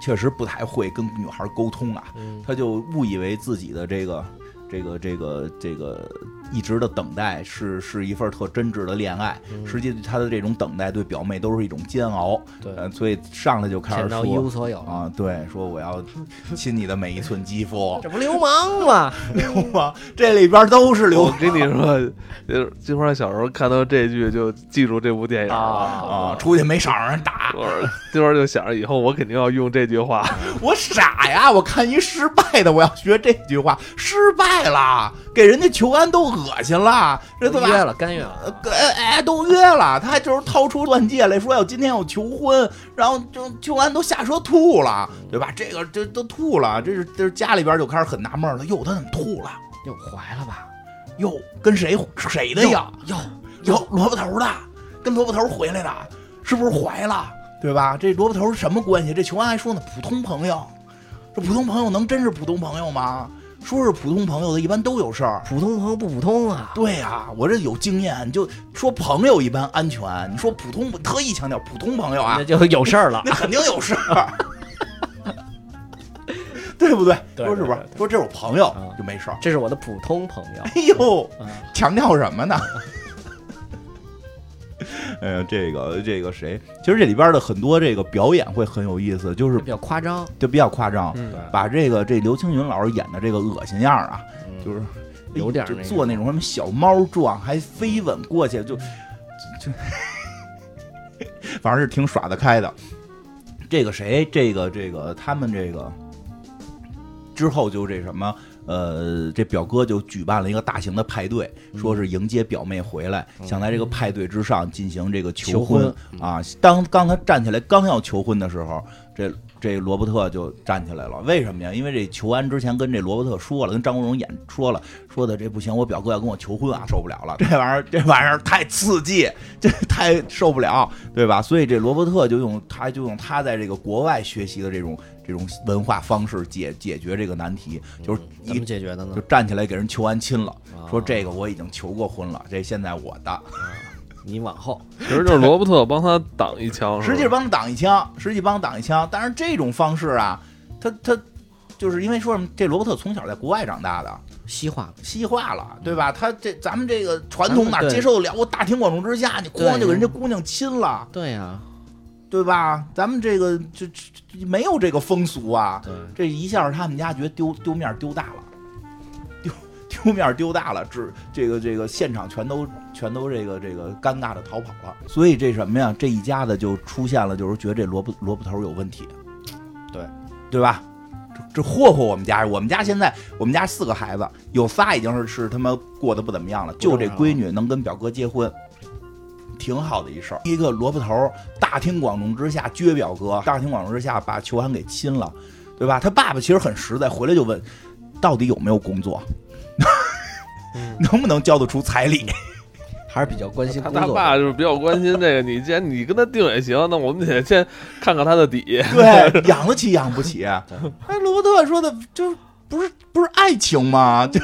确实不太会跟女孩沟通啊，
嗯
他就误以为自己的这个这个这个这个一直的等待是是一份特真挚的恋爱，
嗯
实际他的这种等待对表妹都是一种煎熬，
对，
呃，所以上来就开始
舔到一无
说。
所有了，
啊，对，说我要亲你的每一寸肌 肤，
这不流氓 吗？
流氓，这里边都是流
我跟你说，就是金花小时候看到这句就记住这部电影了。
氓啊，出去没少让人打，
我说金花就想着以后我肯定要用这句 话，
我傻呀！我看一失败的，我要学这句话，失败了，给人家求安都恶心了，这对吧？
约了，干约
呃
了，，
哎，都约了，他就是掏出钻戒来说要今天要求婚，然后就求完都下车吐了，对吧？这个这都吐了，这是这是家里边就开始很纳闷了，哟，他怎么吐了？
又怀了吧？
哟，跟谁谁的呀？
哟，
哟，萝卜头的，跟萝卜头回来的，是不是怀了？对吧？这萝卜头是什么关系？这求安还说呢，普通朋友，这普通朋友能真是普通朋友吗？说是普通朋友的，一般都有事儿。
普通朋友不普通啊，
对呀、我这有经验，你就说朋友一般安全，你说普通，特意强调普通朋友啊
那，就有事儿了。
那肯定有事儿， 对不对？
对
说是不是
对？
说这是我朋友
嗯
就没事儿。
这是我的普通朋友，
哎呦
嗯，
强调什么呢？ 哎呀，这个这个谁？其实这里边的很多这个表演会很有意思，就是
比较夸张，
就比较夸张，
嗯
把这个这刘青云老师演的这个恶心样儿啊，
嗯
就是
有点
哎
儿
就
那个嗯
做那种什么小猫状，还飞吻过去，就就就 反正是挺耍得开的。这个谁，这个这个他们这个之后就这什么。呃，这表哥就举办了一个大型的派对，说
嗯
是迎接表妹回来，想在这个派对之上进行这个求
求婚嗯
啊。当刚他站起来刚要求婚的时候，这这罗伯特就站起来了。为什么呀？因为这求安之前跟这罗伯特说了，跟张国荣演说了，说的这不行，我表哥要跟我求婚啊，受不了了，这玩意儿这玩意儿太刺激，这太受不了，对吧？所以这罗伯特就用他就用他在这个国外学习的这种这种文化方式解解决这个难题，就是
嗯怎
一
么解决的呢
就？站起来给人求安亲了，说
啊
这个我已经求过婚了，这现在我的，
你往后
其实就是罗伯特帮他挡一枪，
嗯
实际
是吧
帮他挡一枪，实际帮他挡一枪。但是这种方式啊，他他就是因为说什么，这罗伯特从小在国外长大的，
西化了，
西化了，对吧？他这咱们这个传统哪
嗯咱们对
接受得了？我大庭广众之下，你咣就给人家姑娘亲了，
对呀，
对吧？咱们这个这这这没有这个风俗啊，
对，
这一下他们家觉得丢丢面儿丢大了，丢 丢面儿丢大了，只这个这个现场全都全都这个这个尴尬的逃跑了。所以这什么呀？这一家子就出现了，就是觉得这萝卜萝卜头有问题，
对
对吧？这这霍霍我们家，我们家现在我们家四个孩子，有仨已经是是他妈过得不怎么样了，就这闺女能跟表哥结婚，挺好的一事儿。一个萝卜头大庭广众之下撅表哥，大庭广众之下把裘安给亲了，对吧？他爸爸其实很实在，回来就问到底有没有工作，
嗯
能不能交得出彩礼？
还是比较关心
他
工
他
作
爸
的。
就是比较关心这个，你既然你跟他定也行，那我们得先看看他的底。
嗯
对，养得起养不起。哎，罗伯特说的就不是不是爱情
嗯
吗？就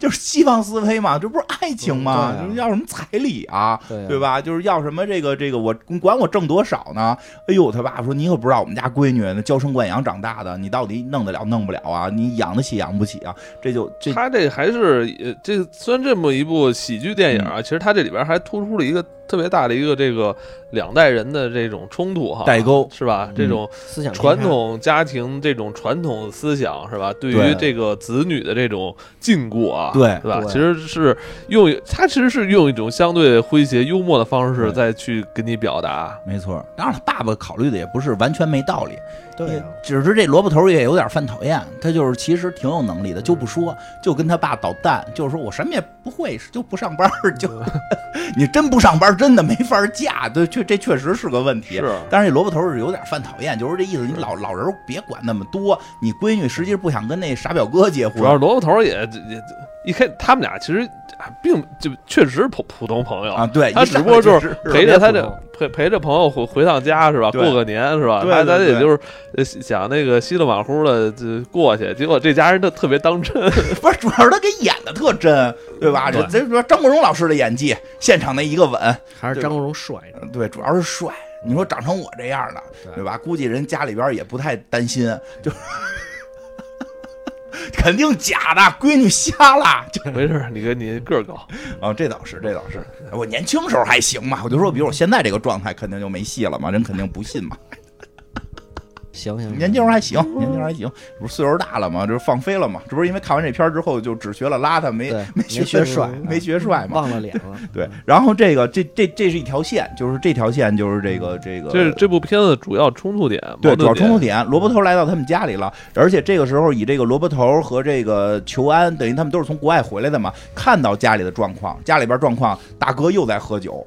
就是西方思维嘛，这不是爱情吗？
嗯对
就
啊
是要什么彩礼啊？
对呀
对？吧？就是要什么这个这个，我管我挣多少呢？哎呦，他爸说你可不知道我们家闺女那娇生惯养长大的，你到底弄得了弄不了啊？你养得起养不起啊？这就这嗯
他这还是呃，这虽然这么一部喜剧电影啊，其实他这里边还突出了一个特别大的一个这个两代人的这种冲突哈，
代沟嗯
是吧？这种
思想
传统家庭这种传统思想是吧？对于
对
这个子女的这种禁锢啊，
对
吧？
对
其实是用他其实是用一种相对诙谐幽默的方式
对
再去跟你表达，
没错。当然了，爸爸考虑的也不是完全没道理，
啊
对啊
也
呀、
只是这萝卜头儿也有点犯讨厌，他就是其实挺有能力的，就
嗯
不说，就跟他爸捣蛋，就是说我什么也不会，就不上班儿，就
嗯
你真不上班儿，真的没法儿嫁，对，确这确实是个问题。
是
但是这萝卜头儿是有点犯讨厌，就是这意思。你老老人儿别管那么多，你闺女实际是不想跟那傻表哥结
主要是
婚
萝卜头也也一开他们俩其实啊并就确实是普普通朋友
啊。对，
他
一
只
上
不过
来
就
就是是
陪着他
别
这
普通
陪陪着朋友回回趟家是吧？
对
过个年是吧？
对
他
对
他也
对
就是呃想那个稀里马虎的就过去，结果这家人都特别当 真，
不是，主要是他给演的特真，对吧？这这说张国荣老师的演技，现场那一个吻，
还是张国荣帅着，
嗯对，主要是帅。你说长成我这样的，
对
对吧？估计人家里边也不太担心，就 肯定假的，闺女瞎了。就
没事儿，你跟你个儿高，
啊、这倒是，这倒是。我年轻时候还行嘛，我就说，比如我现在这个状态，肯定就没戏了嘛，人肯定不信嘛。
行行，
年轻时候还行，年轻时候还行，这不是岁数大了嘛，就是放飞了嘛。这不是因为看完这片儿之后就只学了邋遢，没
对
没
没学
学
帅嗯
没学帅嘛。
忘了脸 了，
对，然后这个这这这是一条线，就是这条线就是这个这个
这是这部片子主要冲突点，
对，
矛
主要
盾
冲突
点。
点，萝卜头来到他们家里了，而且这个时候以这个萝卜头和这个求安，等于他们都是从国外回来的嘛，看到家里的状况，家里边状况，大哥又在喝酒，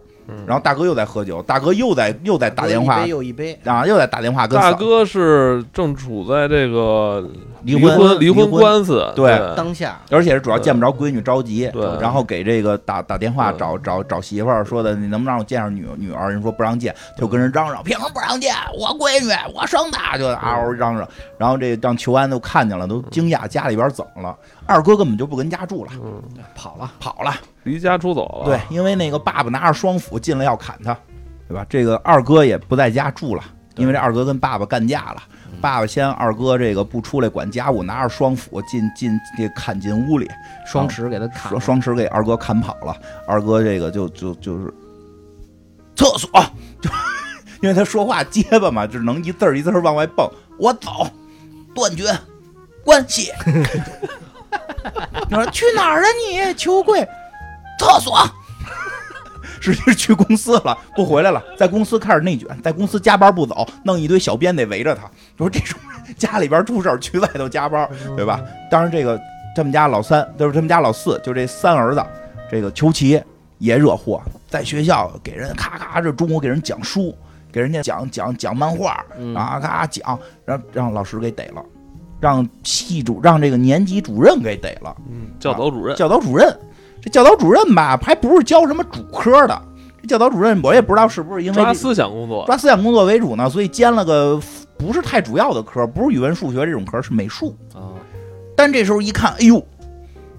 然后大哥又在喝酒，大哥又在又在打电话
一杯又一杯，
啊，又在打电话跟
大
嫂
哥是正处在这个
离
婚离
离
婚官司，
对
当下
而且是主要见不着闺女着急，
对
然后给这个打打电话
对
找找找媳妇儿说的，你能不能让我见上女女儿？人说不让见，就跟人嚷嚷，凭什么不让见？我闺女，我生的，就嗷嗷嚷嚷。然后这让求安都看见了，都惊讶家里边怎么了？二哥根本就不跟家住了，
嗯
跑了，
跑了。
离家出走了。
对，，因为那个爸爸拿着双斧进来要砍他，对吧？这个二哥也不在家住了，因为这二哥跟爸爸干架了。
嗯
爸爸先二哥这个不出来管家务，拿着双斧进进这砍进屋里，
双持给他砍
说
了，
双持给二哥砍跑了，二哥这个就就就是厕所，就因为他说话结巴嘛，只能一字儿一字儿往外蹦。我走，断绝关系。 你说去哪儿啊你？球柜，厕所。直接去公司了，不回来了，在公司开始内卷，在公司加班不走，弄一堆小编得围着他。就说这种人家里边出事儿，去外头加班，对吧？当然，这个他们家老三，就是他们家老四，就这三儿子，这个裘奇也惹祸，在学校给人咔咔这中午给人讲书，给人家讲讲讲漫画，
嗯
啊咔讲，让让老师给逮了，让系主让这个年级主任给逮了，
嗯，教导主任
教导主任，这教导主任吧，还不是教什么主科的，这教导主任我也不知道是不是因为
抓
这
思想工作，
抓思想工作为主呢，所以兼了个不是太主要的科，不是语文、数学这种科，是美术。
啊，
但这时候一看，哎呦，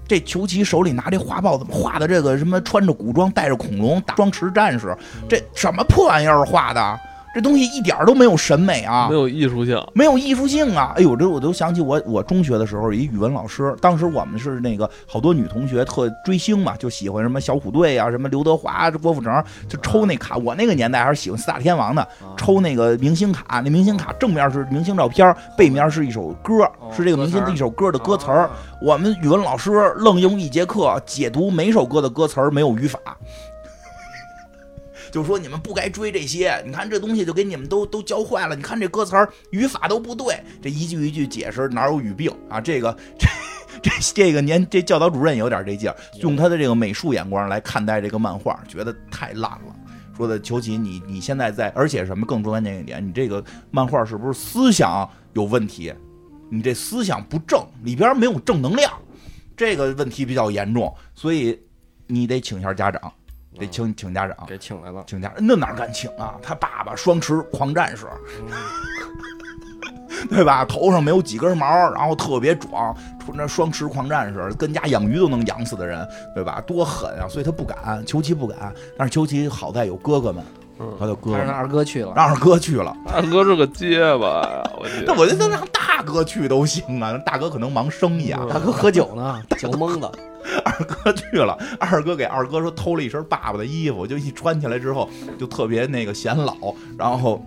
这裘奇手里拿这画报怎么画的？这个什么穿着古装，戴着恐龙，打装持战士，这什么破玩意儿画的？这东西一点儿都没有审美啊
没，有艺术性。
没有艺术性啊！哎呦，这我都想起我我中学的时候，一语文老师，当时我们是那个好多女同学特追星嘛，就喜欢什么小虎队啊，什么刘德华、郭富城，就抽那卡。我那个年代还是喜欢四大天王的，
啊
抽那个明星卡。那明星卡正面是明星照片，背面是一首歌，是这个明星的一首歌的歌词儿。我们语文老师愣用一节课解读每首歌的歌词儿没有语法，就说你们不该追这些。你看这东西就给你们都都教坏了。你看这歌词儿语法都不对，这一句一句解释哪有语病啊？这个这。这这个年这教导主任有点这劲儿，用他的这个美术眼光来看待这个漫画，觉得太烂了。说的求其你你现在在，而且什么更关键一点，你这个漫画是不是思想有问题？你这思想不正，里边没有正能量，这个问题比较严重，所以你得请一下家长，得请请家长，
给请来了，
请家那哪敢请啊？他爸爸双持狂战士， 对吧？头上没有几根毛，然后特别壮，那双持狂战士，跟家养鱼都能养死的人，对吧？多狠啊！所以他不敢，求其不敢。但是求其好在有哥哥们，
嗯
好在有哥哥
他让
们
二哥去了，
让二哥去了。
大哥是个结巴呀，我去
那。我就得让大哥去都行啊，大哥可能忙生意啊，
大哥喝酒 呢，酒蒙的，
二哥去了，二哥给二哥说偷了一身爸爸的衣服，就一穿起来之后就特别那个显老，然后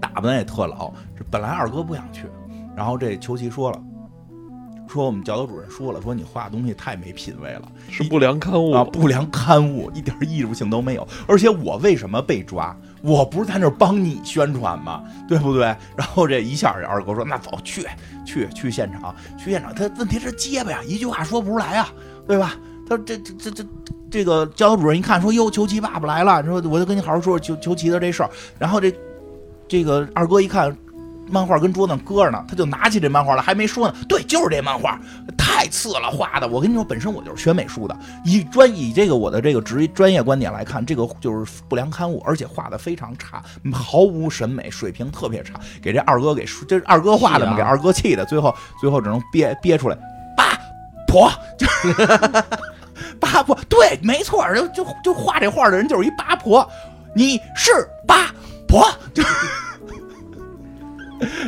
打扮也特老。这本来二哥不想去，然后这裘奇说了。说我们教导主任说了，说你画的东西太没品位了，
是不良刊物
啊，不良刊物，一点艺术性都没有。而且我为什么被抓？我不是在那儿帮你宣传吗？对不对？然后这一下，这二狗说：“那走，去去去现场，去现场。”他问题是结巴呀，一句话说不出来呀，对吧？他这这这这。这个教导主任一看说：“哟，裘奇爸爸来了。”说：“我就跟你好好说说裘裘奇的这事儿。”然后这这个二哥一看，漫画跟桌子上搁着呢，他就拿起这漫画了，还没说呢。对，就是这漫画，太次了，画的。我跟你说，本身我就是学美术的，以专以这个我的这个职业专业观点来看，这个就是不良刊物，而且画的非常差，毫无审美，水平特别差，给这二哥给说这是二哥画的嘛，
气啊
给二哥气的，最后最后只能憋憋出来，爸婆就是八婆，对，没错，就就就画这画的人就是一八婆，你是八婆，就。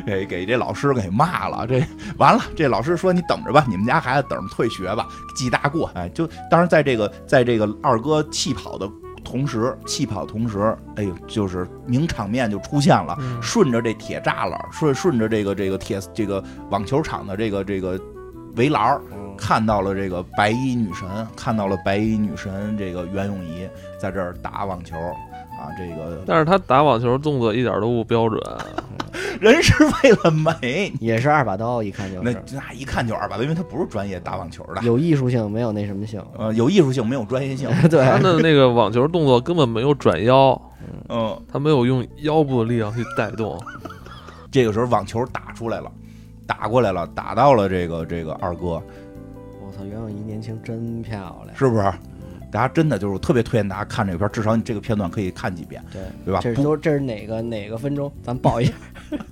给给这老师给骂了，这完了，这老师说你等着吧，你们家孩子等着退学吧，记大过。哎，就当然在这个在这个二哥气跑的同时，气跑同时，哎呦，就是名场面就出现了，
嗯
顺着这铁栅栏，顺顺着这个这个铁这个网球场的这个这个围栏儿看到了这个白衣女神，看到了白衣女神这个袁咏仪在这儿打网球啊，这个
但是他打网球动作一点都不标准，
人是为了美，
也是二把刀，一看就
那
是
那一看就二百多，因为他不是专业打网球的，
有艺术性，没有那什么性。
呃，有艺术性没有专业 性，
对，
他的那个网球动作根本没有转腰，
嗯，
他没有用腰部的力量去带动。
这个时候网球打出来了，打过来了，打到了这个这个二哥，
我操，袁咏仪年轻真漂亮。
是不是？大家真的就是我特别推荐大家看这个片儿，至少你这个片段可以看几遍，
对，
对吧？
这
不
都这是哪个哪个分钟？咱报一 下，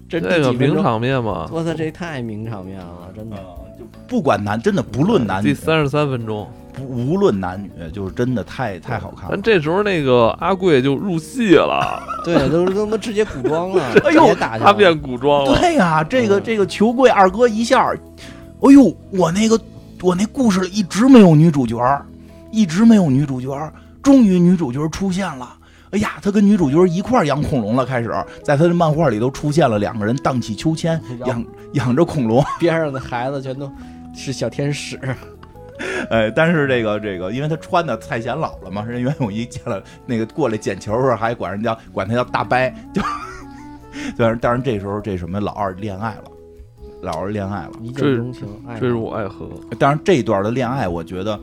这是
这
第
个
几分
名
钟？
场面啊嘛，
我操，这太名场面了，真的。
呃就不管男，真的不论男
第
女，
三十三分钟，
不无论男女，就是真的太太好看了
但。这时候那个阿贵就入戏了，
对，都都他妈直接古装了，
哎
直接
呦，
打
他
架。
变古装了。
对呀、啊这个
嗯
这个球柜二哥一下，哎呦，我那个我那故事里一直没有女主角儿，一直没有女主角儿，终于女主角儿出现了。哎呀，他跟女主角一块儿养恐龙了，开始在他的漫画里都出现了两个人荡起秋千，养养着恐龙。
边上的孩子全都是小天使，
哎，但是这个这个，因为他穿的太显老了嘛，人袁咏仪见了那个过来捡球时候还管人家管他叫大伯，就， 但是但是这时候这什么老二恋爱了，老二恋爱了。
一
坠
见钟情，哎爱
坠入爱河，
当然这一段的恋爱，我觉得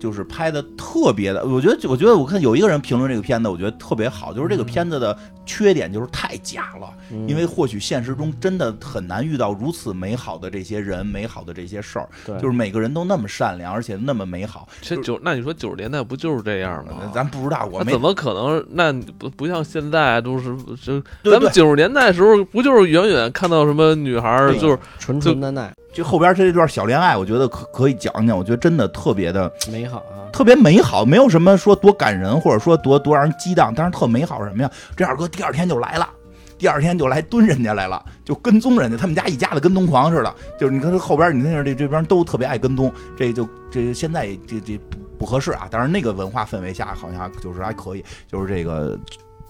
就是拍的特别的，我觉得我觉得我看有一个人评论这个片子，我觉得特别好，就是这个片子的缺点就是太假了，
嗯
因为或许现实中真的很难遇到如此美好的这些人、美好的这些事儿，
对
就是每个人都那么善良，而且那么美好。
这九那你说九十年代不就是这样吗？
咱不知道，我
那
没
怎么可能？那你不不像现在都是这，
对
咱们
对
九十年代的时候不就是远远看到什么女孩儿
对
就是
纯纯的爱，
就后边这段小恋爱，我觉得可可以讲讲，我觉得真的特别的。
美好啊。
特别美好，没有什么说多感人，或者说多多让人激荡，但是特美好是什么呀？这二哥第二天就来了。第二天就来蹲人家来了，就跟踪人家，他们家一家子跟踪狂似的。就是你看这后边，你看这这边都特别爱跟踪，这就这现在这这不不合适啊。当然那个文化氛围下好像就是还可以，就是这个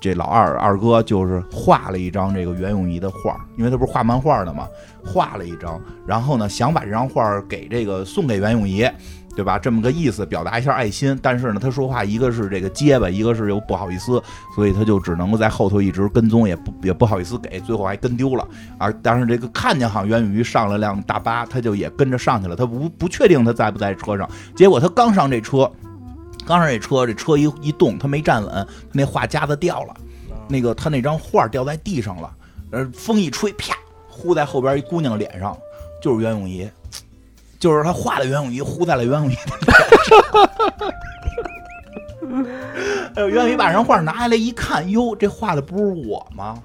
这老二二哥就是画了一张这个袁咏仪的画，因为他不是画漫画的嘛，画了一张，然后呢想把这张画给这个送给袁咏仪，对吧？这么个意思，表达一下爱心。但是呢，他说话一个是这个结巴，一个是又不好意思，所以他就只能够在后头一直跟踪，也不也不好意思给，最后还跟丢了。啊，但是这个看见好像袁咏仪上了辆大巴，他就也跟着上去了。他不不确定他在不在车上，结果他刚上这车，刚上这车，这车一一动，他没站稳，那画夹子掉了，那个他那张画掉在地上了，呃，风一吹，啪，呼在后边一姑娘脸上，就是袁咏仪。就是他画的袁咏仪，呼在了袁咏仪的脸上。哎呦，袁咏仪把人画拿下来一看，哟，这画的不是我吗？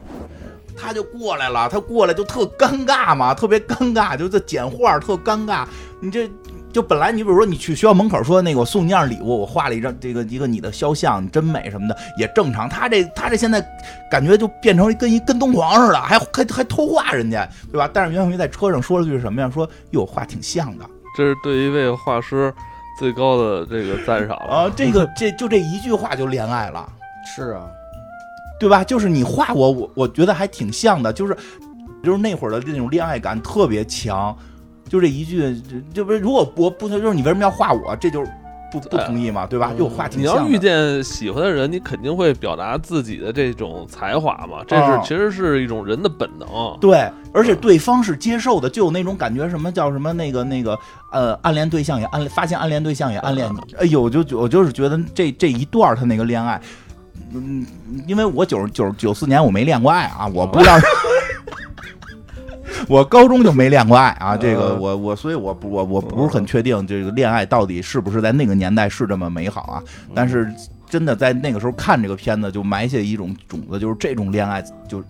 他就过来了，他过来就特尴尬嘛，特别尴尬，就这捡画特尴尬。你这就本来你比如说你去学校门口说那个我送你样礼物，我画了一张这个一个你的肖像，你真美什么的也正常。他这他这现在感觉就变成跟一跟踪狂似的，还还还偷画人家，对吧？但是袁咏仪在车上说了句什么呀？说哟画挺像的
这是对一位画师最高的这个赞赏了。
啊，这个这就这一句话就恋爱了。
是啊，
对吧？就是你画我，我我觉得还挺像的，就是就是那会儿的那种恋爱感特别强，就这一句，就就不是如果我不就是你为什么要画我，这就是不不同意嘛，对吧？
嗯
又画挺
你
像的。
要遇见喜欢的人，你肯定会表达自己的这种才华嘛，这是
哦
其实是一种人的本能。
对，而且对方是接受的，就有那种感觉，什么叫什么那个那个呃，暗恋对象也暗，发现暗恋对象也暗恋你。 哎呦，我就我就是觉得这这一段儿他那个恋爱，嗯，因为我九九九四年我没恋过爱啊，我不 知道。我高中就没恋过爱啊，这个
嗯
我我，所以我不我我不是很确定这个恋爱到底是不是在那个年代是这么美好啊，但是真的在那个时候看这个片子，就埋下一种种子，就是这种恋爱就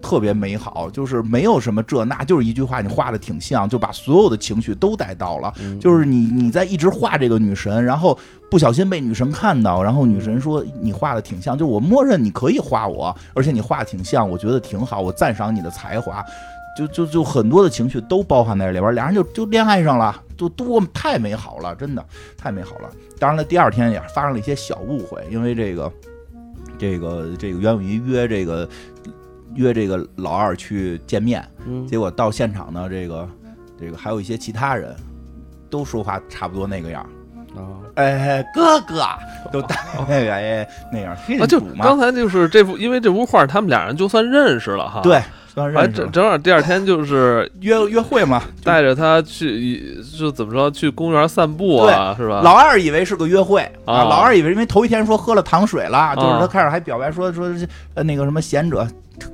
特别美好，就是没有什么这那，就是一句话，你画的挺像，就把所有的情绪都带到了。
嗯
就是你你在一直画这个女神，然后不小心被女神看到，然后女神说你画的挺像，就我默认你可以画我，而且你画的挺像，我觉得挺好，我赞赏你的才华。就就就很多的情绪都包含在里边，俩人就就恋爱上了，就多太美好了，真的太美好了。当然了，第二天也发生了一些小误会，因为这个这个这个袁咏仪约这个约这个老二去见面，
嗯
结果到现场呢，这个这个还有一些其他人都说话差不多那个样儿，
啊，
哎，哥哥都大那个 哎那样儿，
哦
黑
啊，
人
就
主嘛
刚，才就是这幅，因为这幅画，他们俩人就算认识了哈。
对，算
哎，
认识
正
了
正好第二天就是
约约会嘛，就
带着他去，就怎么说去公园散步啊，是吧？
老二以为是个约会
啊
啊，老二以为因为头一天说喝了糖水了，就是
啊
他开始还表白说说是呃那个什么贤者。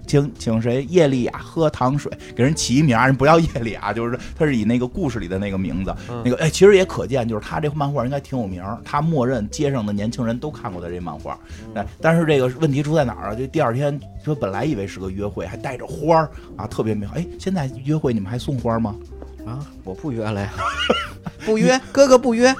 请请谁？叶丽亚喝糖水，给人起一名儿，人不要叶丽亚， 就是他是以那个故事里的那个名字，
嗯
那个哎，其实也可见，就是他这漫画应该挺有名儿，他默认街上的年轻人都看过他这漫画。
嗯
哎，但是这个问题出在哪儿啊？就第二天说本来以为是个约会，还带着花儿啊，特别美好。哎，现在约会你们还送花儿吗？
啊，我不约 了呀，不约，哥哥不约，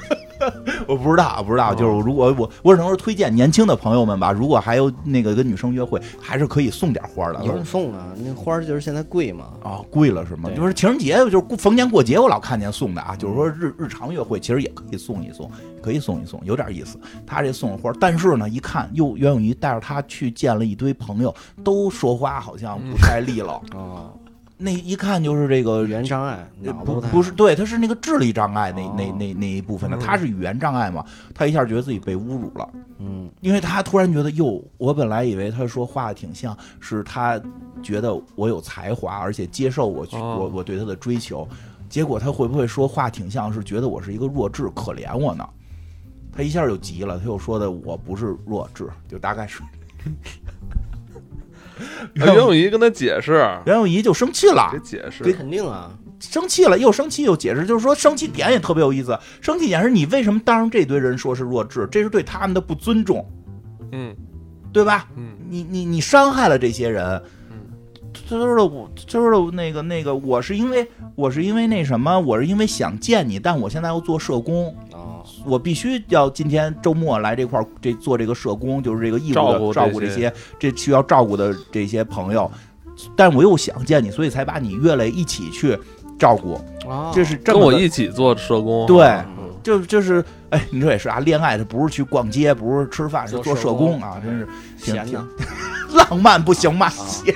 我呃不知道，我不知道，
哦
就是如果我我只能说推荐年轻的朋友们吧，如果还有那个跟女生约会，还是可以送点花的。
有送啊，那花儿就是现在贵嘛，
啊、贵了是吗？
对
就是情人节，就是过逢年过节，我老看见送的啊。就是说日日常约会，其实也可以送一送，可以送一送，有点意思。他这送花，但是呢，一看又袁咏仪带着他去见了一堆朋友，都说话好像不太利落。
哦，
那一看就是这个
语言障碍，
呃
脑子
不
太
不是，对，他是那个智力障碍那、那
哦
那那一部分的，
嗯
他是语言障碍嘛，他一下觉得自己被侮辱了。
嗯，
因为他突然觉得，哟，我本来以为他说话挺像，是他觉得我有才华，而且接受我去、
哦
我我对他的追求，结果他会不会说话挺像是觉得我是一个弱智，可怜我呢？他一下就急了，他又说的我不是弱智，就大概是。
哎袁咏仪跟他解释，
袁咏仪就生气了
给，解释，
对
肯定啊，
生气了，又生气又解释，就是说生气点也特别有意思。生气点是你为什么当着这堆人说是弱智，这是对他们的不尊重，
嗯
对吧？
嗯，
你你你伤害了这些人
嗯，
就是我就是那个那个，我是因为我是因为那什么，我是因为想见你，但我现在要做社工，
哦，
我必须要今天周末来这块儿这做这个社工，就是这个义务
照
的
顾
照顾
这
这
些
些这需要照顾的这些朋友，但我又想见你，所以才把你约来一起去照顾，
哦，
这是这
跟
么
我
个
一起做社工，
对。
嗯
就就是，哎，你说也是啊，恋爱它不是去逛街，不是吃饭，是
做
做
社
社
工
工啊，真是挺
闲呢
挺浪漫不行吗？闲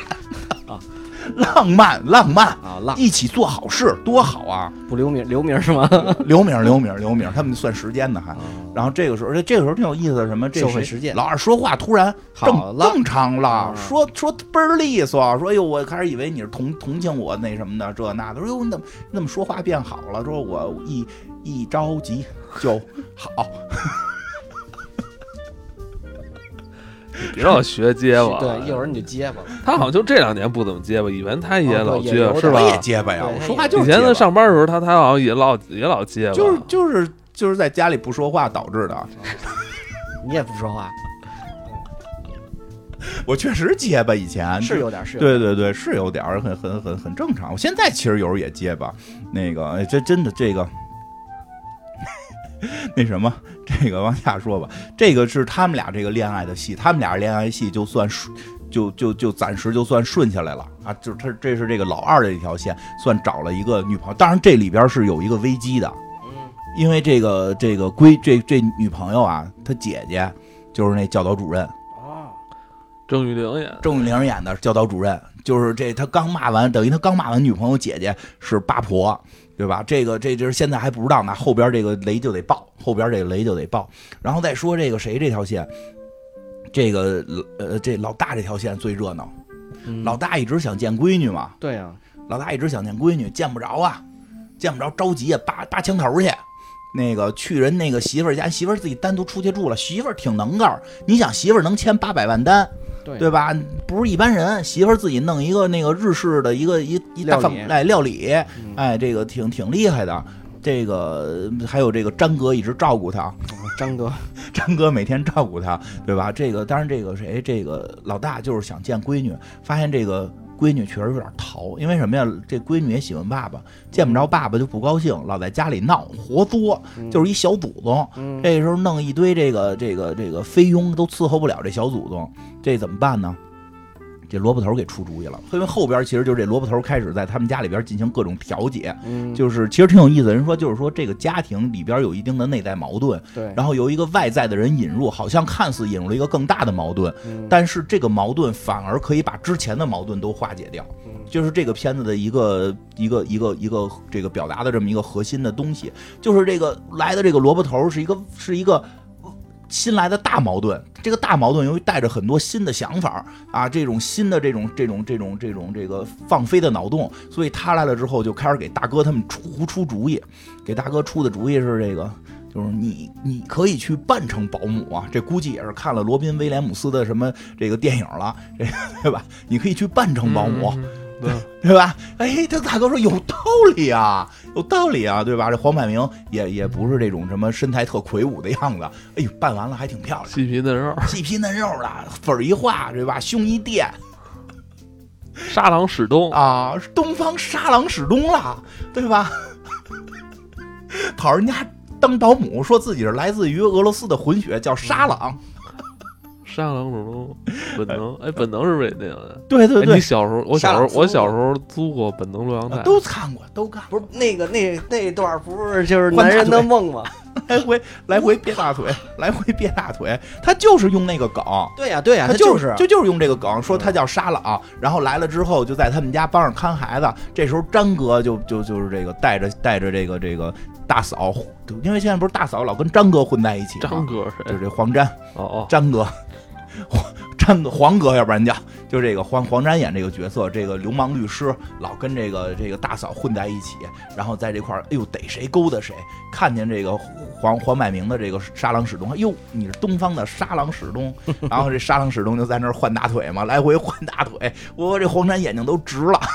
啊，
浪漫浪漫，
啊，浪
一起做好事多好 啊！
不留名留名是吗？
刘明刘明刘明，他们算时间呢还。然后这个时候，而且这个时候挺有意思的，什么这
啊社会
谁
实践
老二说话突然
好
正
了，
正常了
啊，
说说倍儿利索，说哟，哎我开始以为你是同同情我那什么的这那的，说哟哎你怎么你怎么说话变好了？说我一一着急就好，
别让我学结巴。
对，一会儿你就结巴了，
他好像就这两年不怎么结巴，以前他也
哦
老
对也
结
有
巴，
点
是吧
我？也结巴呀，
对
我说话就是
以前
结
他
巴
上班的时候，他他好像也老也老结巴，
就是就是就是在家里不说话导致的，
你也不说
啊
话，
我确实结巴，以前
是有点是有
对
点
对对，是有点儿很很很很正常。我现在其实有时候也结巴，那个哎这真的这个 那什么，这个往下说吧。这个是他们俩这个恋爱的戏，他们俩恋爱戏就算顺，就就就暂时就算顺下来了啊。就他这是这个老二的一条线，算找了一个女朋友。当然这里边是有一个危机的，
嗯
因为这个这个闺这这女朋友啊，她姐姐就是那教导主任，
哦，
郑玉玲演，
郑玉玲演的教导主任，就是这他刚骂完，等于他刚骂完女朋友姐姐是八婆，对吧？这个这就是现在还不知道呢，后边这个雷就得爆，后边这个雷就得爆。然后再说这个谁这条线，这个呃这老大这条线最热闹，
嗯
老大一直想见闺女嘛，
对啊呀，
老大一直想见闺女，见不着啊，见不着着急啊，扒扒墙头去。那个去人那个媳妇儿家，媳妇儿自己单独出去住了，媳妇儿挺能干儿。你想媳妇儿能签八百万单，
对啊
对吧？不是一般人，媳妇儿自己弄一个那个日式的一个一一大饭
料理
哎料理，
嗯
哎，这个挺挺厉害的。这个还有这个张哥一直照顾她，
哦张哥，
张哥每天照顾她，对吧？这个当然这个谁这个老大就是想见闺女，发现这个闺女确实有点淘，因为什么呀？这闺女也喜欢爸爸，见不着爸爸就不高兴，老在家里闹活作，就是一小祖宗。
嗯
这时候弄一堆这个这个这个菲佣都伺候不了这小祖宗，这怎么办呢？这萝卜头给出主意了，因为后边其实就是这萝卜头开始在他们家里边进行各种调解，
嗯
就是其实挺有意思的。人说就是说这个家庭里边有一定的内在矛盾，
对，
然后由一个外在的人引入，好像看似引入了一个更大的矛盾，
嗯
但是这个矛盾反而可以把之前的矛盾都化解掉，
嗯
就是这个片子的一个一个一个一个这个表达的这么一个核心的东西，就是这个来的这个萝卜头是一个是一个。新来的大矛盾，这个大矛盾由于带着很多新的想法啊，这种新的这种这种这种这种这个放飞的脑洞，所以他来了之后就开始给大哥他们出胡出主意，给大哥出的主意是这个，就是你你可以去扮成保姆啊，这估计也是看了罗宾威廉姆斯的什么这个电影了，这个对吧？你可以去扮成保姆，
嗯，对，
对吧？哎，他大哥说有道理啊，有道理啊，对吧？这黄百鸣也也不是这种什么身材特魁梧的样子，哎呦，扮完了还挺漂 亮，
细皮嫩肉，
细皮嫩肉的，粉儿一画，对吧？胸一垫
沙朗史东，
啊，东方沙朗史东了，对吧？跑人家当保姆，说自己是来自于俄罗斯的混血，叫沙朗。
沙朗史东，本能，哎，本能是不是也那样的？
对对
哎
对
你，小时候，我
沙
小时
朗
候，我
斯
小时候租过本能录像带，
啊嗯都看过，都看过。
不是那个那那段儿不是就是
换大
男人的
腿
梦 吗？
来回来回憋大腿，来回憋大腿，他就是用那个梗，
对呀对呀，
哎他
他啊
就是啊嗯就就是用这个梗说他叫沙朗，然后来了之后就在他们家帮着看孩子。这时候张哥就就就是这个带着带着这个这个大嫂，因为现在不是大嫂老跟张哥混在一起吗？
张哥
就
谁
是？这黄沾，
哦哦，
詹哥， 黄詹哥黄哥，要不然叫就这个黄黄沾演这个角色，这个流氓律师老跟这个这个大嫂混在一起，然后在这块儿，哎呦逮谁勾搭谁，看见这个黄黄百鸣的这个沙朗史东，哎呦你是东方的沙朗史东， 然后这沙朗史东就在那儿换大腿嘛，来回换大腿， 我这黄沾眼睛都直了。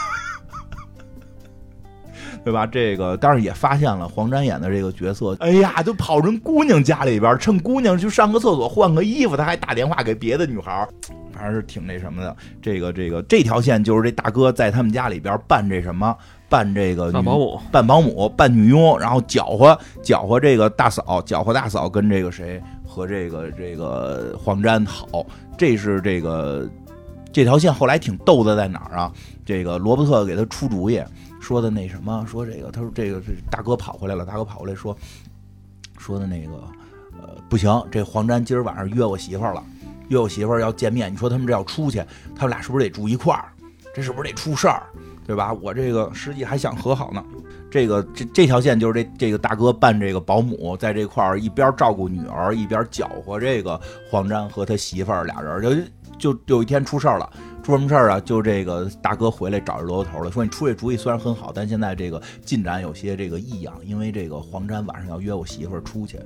对吧？这个当然也发现了黄沾演的这个角色，哎呀，就跑人姑娘家里边儿，趁姑娘去上个厕所换个衣服，他还打电话给别的女孩儿，反正是挺那什么的。这个这个这条线就是这大哥在他们家里边儿扮这什么，扮这个
大
女
保姆，
扮保姆，扮女佣，然后搅和搅和这个大嫂，搅和大嫂跟这个谁和这个这个黄沾好，这是这个这条线后来挺逗的在哪儿啊？这个罗伯特给他出主意说的那什么，说这个他说这个这大哥跑回来了，大哥跑回来说说的那个呃不行，这黄沾今儿晚上约我媳妇儿了，约我媳妇儿要见面，你说他们这要出去，他们俩是不是得住一块儿？这是不是得出事儿？对吧？我这个实际还想和好呢。这个这这条线就是这这个大哥扮这个保姆，在这块儿一边照顾女儿，一边搅和这个黄沾和他媳妇儿俩人，就就有一天出事儿了。出什么事儿啊？就这个大哥回来找着萝卜头了，说你出这主意虽然很好，但现在这个进展有些这个异样，因为这个黄沾晚上要约我媳妇儿出去，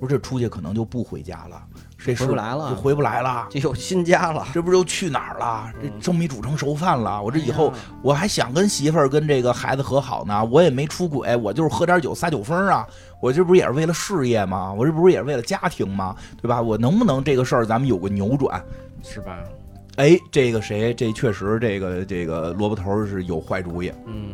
说这出去可能就不回家了，这事
回不来了
就回不来了。
就有新家了。
这不是又去哪儿了？这生米煮成熟饭了。我这以后
嗯哎呀
我还想跟媳妇儿跟这个孩子和好呢，我也没出轨，我就是喝点酒撒酒疯啊。我这不是也是为了事业吗？我这不是也是为了家庭吗？对吧？我能不能这个事儿咱们有个扭转？
是吧？
哎，这个谁，这确实这个这个萝卜头是有坏主意，
嗯，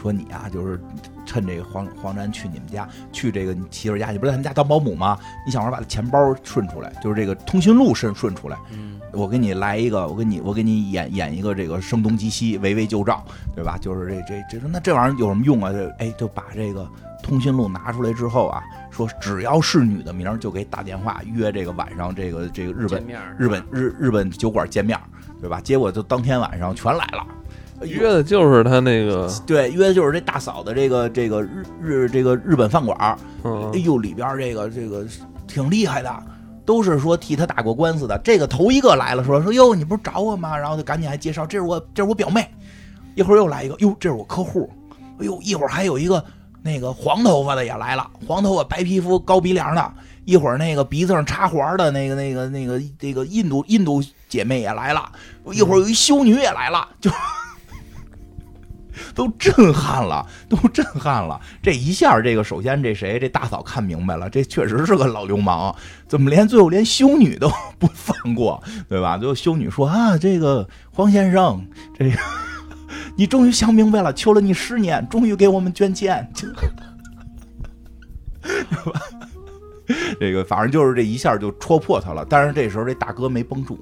说你啊，就是趁这个黄黄沾去你们家，去这个你媳妇儿家，你不是在他们家当保姆吗？你想法把钱包顺出来，就是这个通讯录顺顺出来。
嗯，
我给你来一个，我给你我给你演演一个这个声东击西、围魏救赵，对吧？就是这这这说那这玩意儿有什么用啊？这哎，就把这个通讯录拿出来之后啊，说只要是女的名儿就给打电话约这个晚上这个这个日本
见面儿
日本日日本酒馆见面儿，对吧？结果就当天晚上全来了。啊
约的就是他那个，
对，约的就是这大嫂的这个这个日日这个日本饭馆儿，
嗯
哎，呦，里边儿这个这个挺厉害的，都是说替他打过官司的。这个头一个来了，说说哟，你不是找我吗？然后就赶紧还介绍，这是我这是我表妹，一会儿又来一个，哟，这是我客户，哎呦，一会儿还有一个那个黄头发的也来了，黄头发白皮肤高鼻梁的，一会儿那个鼻子上插环的那个那个那个这个印度印度姐妹也来了，一会儿有一修女也来了，就。 都震撼了， 都震撼了！这一下，这个首先这谁这大嫂看明白了，这确实是个老流氓，怎么连最后连修女都 不放过，对吧？最后修女说啊，这个黄先生，这个你终于想明白了，求了你十年，终于给我们捐钱， 知道吧？这个反正就是这一下就戳破他了，但是这时候这大哥没绷住，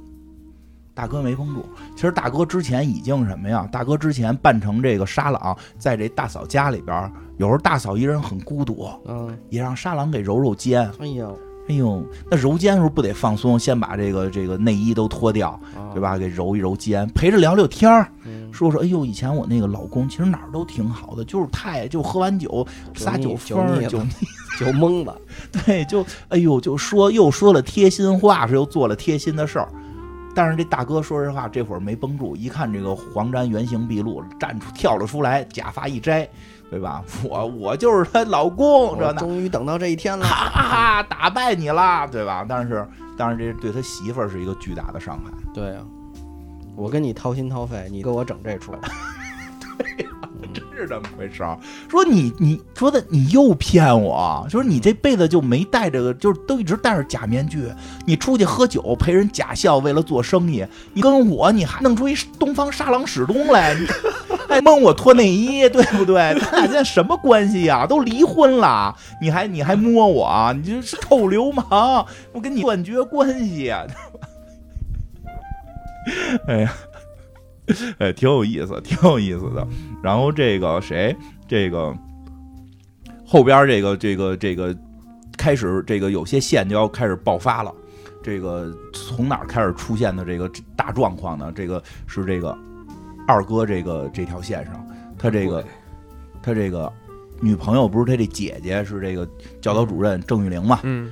大哥没绷住。其实大哥之前已经什么呀？大哥之前扮成这个沙朗，在这大嫂家里边儿，有时候大嫂一人很孤独，
嗯，
也让沙朗给揉揉肩。
哎呦，
哎呦，那揉肩的时候不得放松，先把这个这个内衣都脱掉，对
啊
吧？给揉一揉肩，陪着聊聊天儿，
嗯？
说说哎呦，以前我那个老公其实哪儿都挺好的，就是太就喝完酒撒酒疯儿，
酒
酒
腻酒蒙了，
对，就哎呦，就说又说了贴心话，是又做了贴心的事儿。但是这大哥说实话，这会儿没绷住，一看这个黄沾原形毕露，站出跳了出来，假发一摘，对吧？ 我我就是她老公，这那
我终于等到这一天了。
哈哈哈，打败你啦，对吧？但是但是这对他媳妇儿是一个巨大的伤害。
对啊，我跟你掏心掏肺，你给我整这出，
是这么回事儿。说你你说的你又骗我，说你这辈子就没戴这个，就是都一直戴着假面具。你出去喝酒陪人假笑，为了做生意，你跟我你还弄出一东方沙狼史东来，你还蒙我脱内衣，对不对？咱俩现在什么关系呀、都离婚了，你还你还摸我，啊你这是臭流氓！我跟你断绝关系。 哎呀，哎，挺有意思，挺有意思的。然后这个谁，这个后边儿这个这个这个开始这个有些线就要开始爆发了。这个从哪儿开始出现的这个大状况呢？这个是这个二哥这个这条线上，他这个他这个女朋友不是他这姐姐是这个教导主任郑玉玲嘛？
嗯，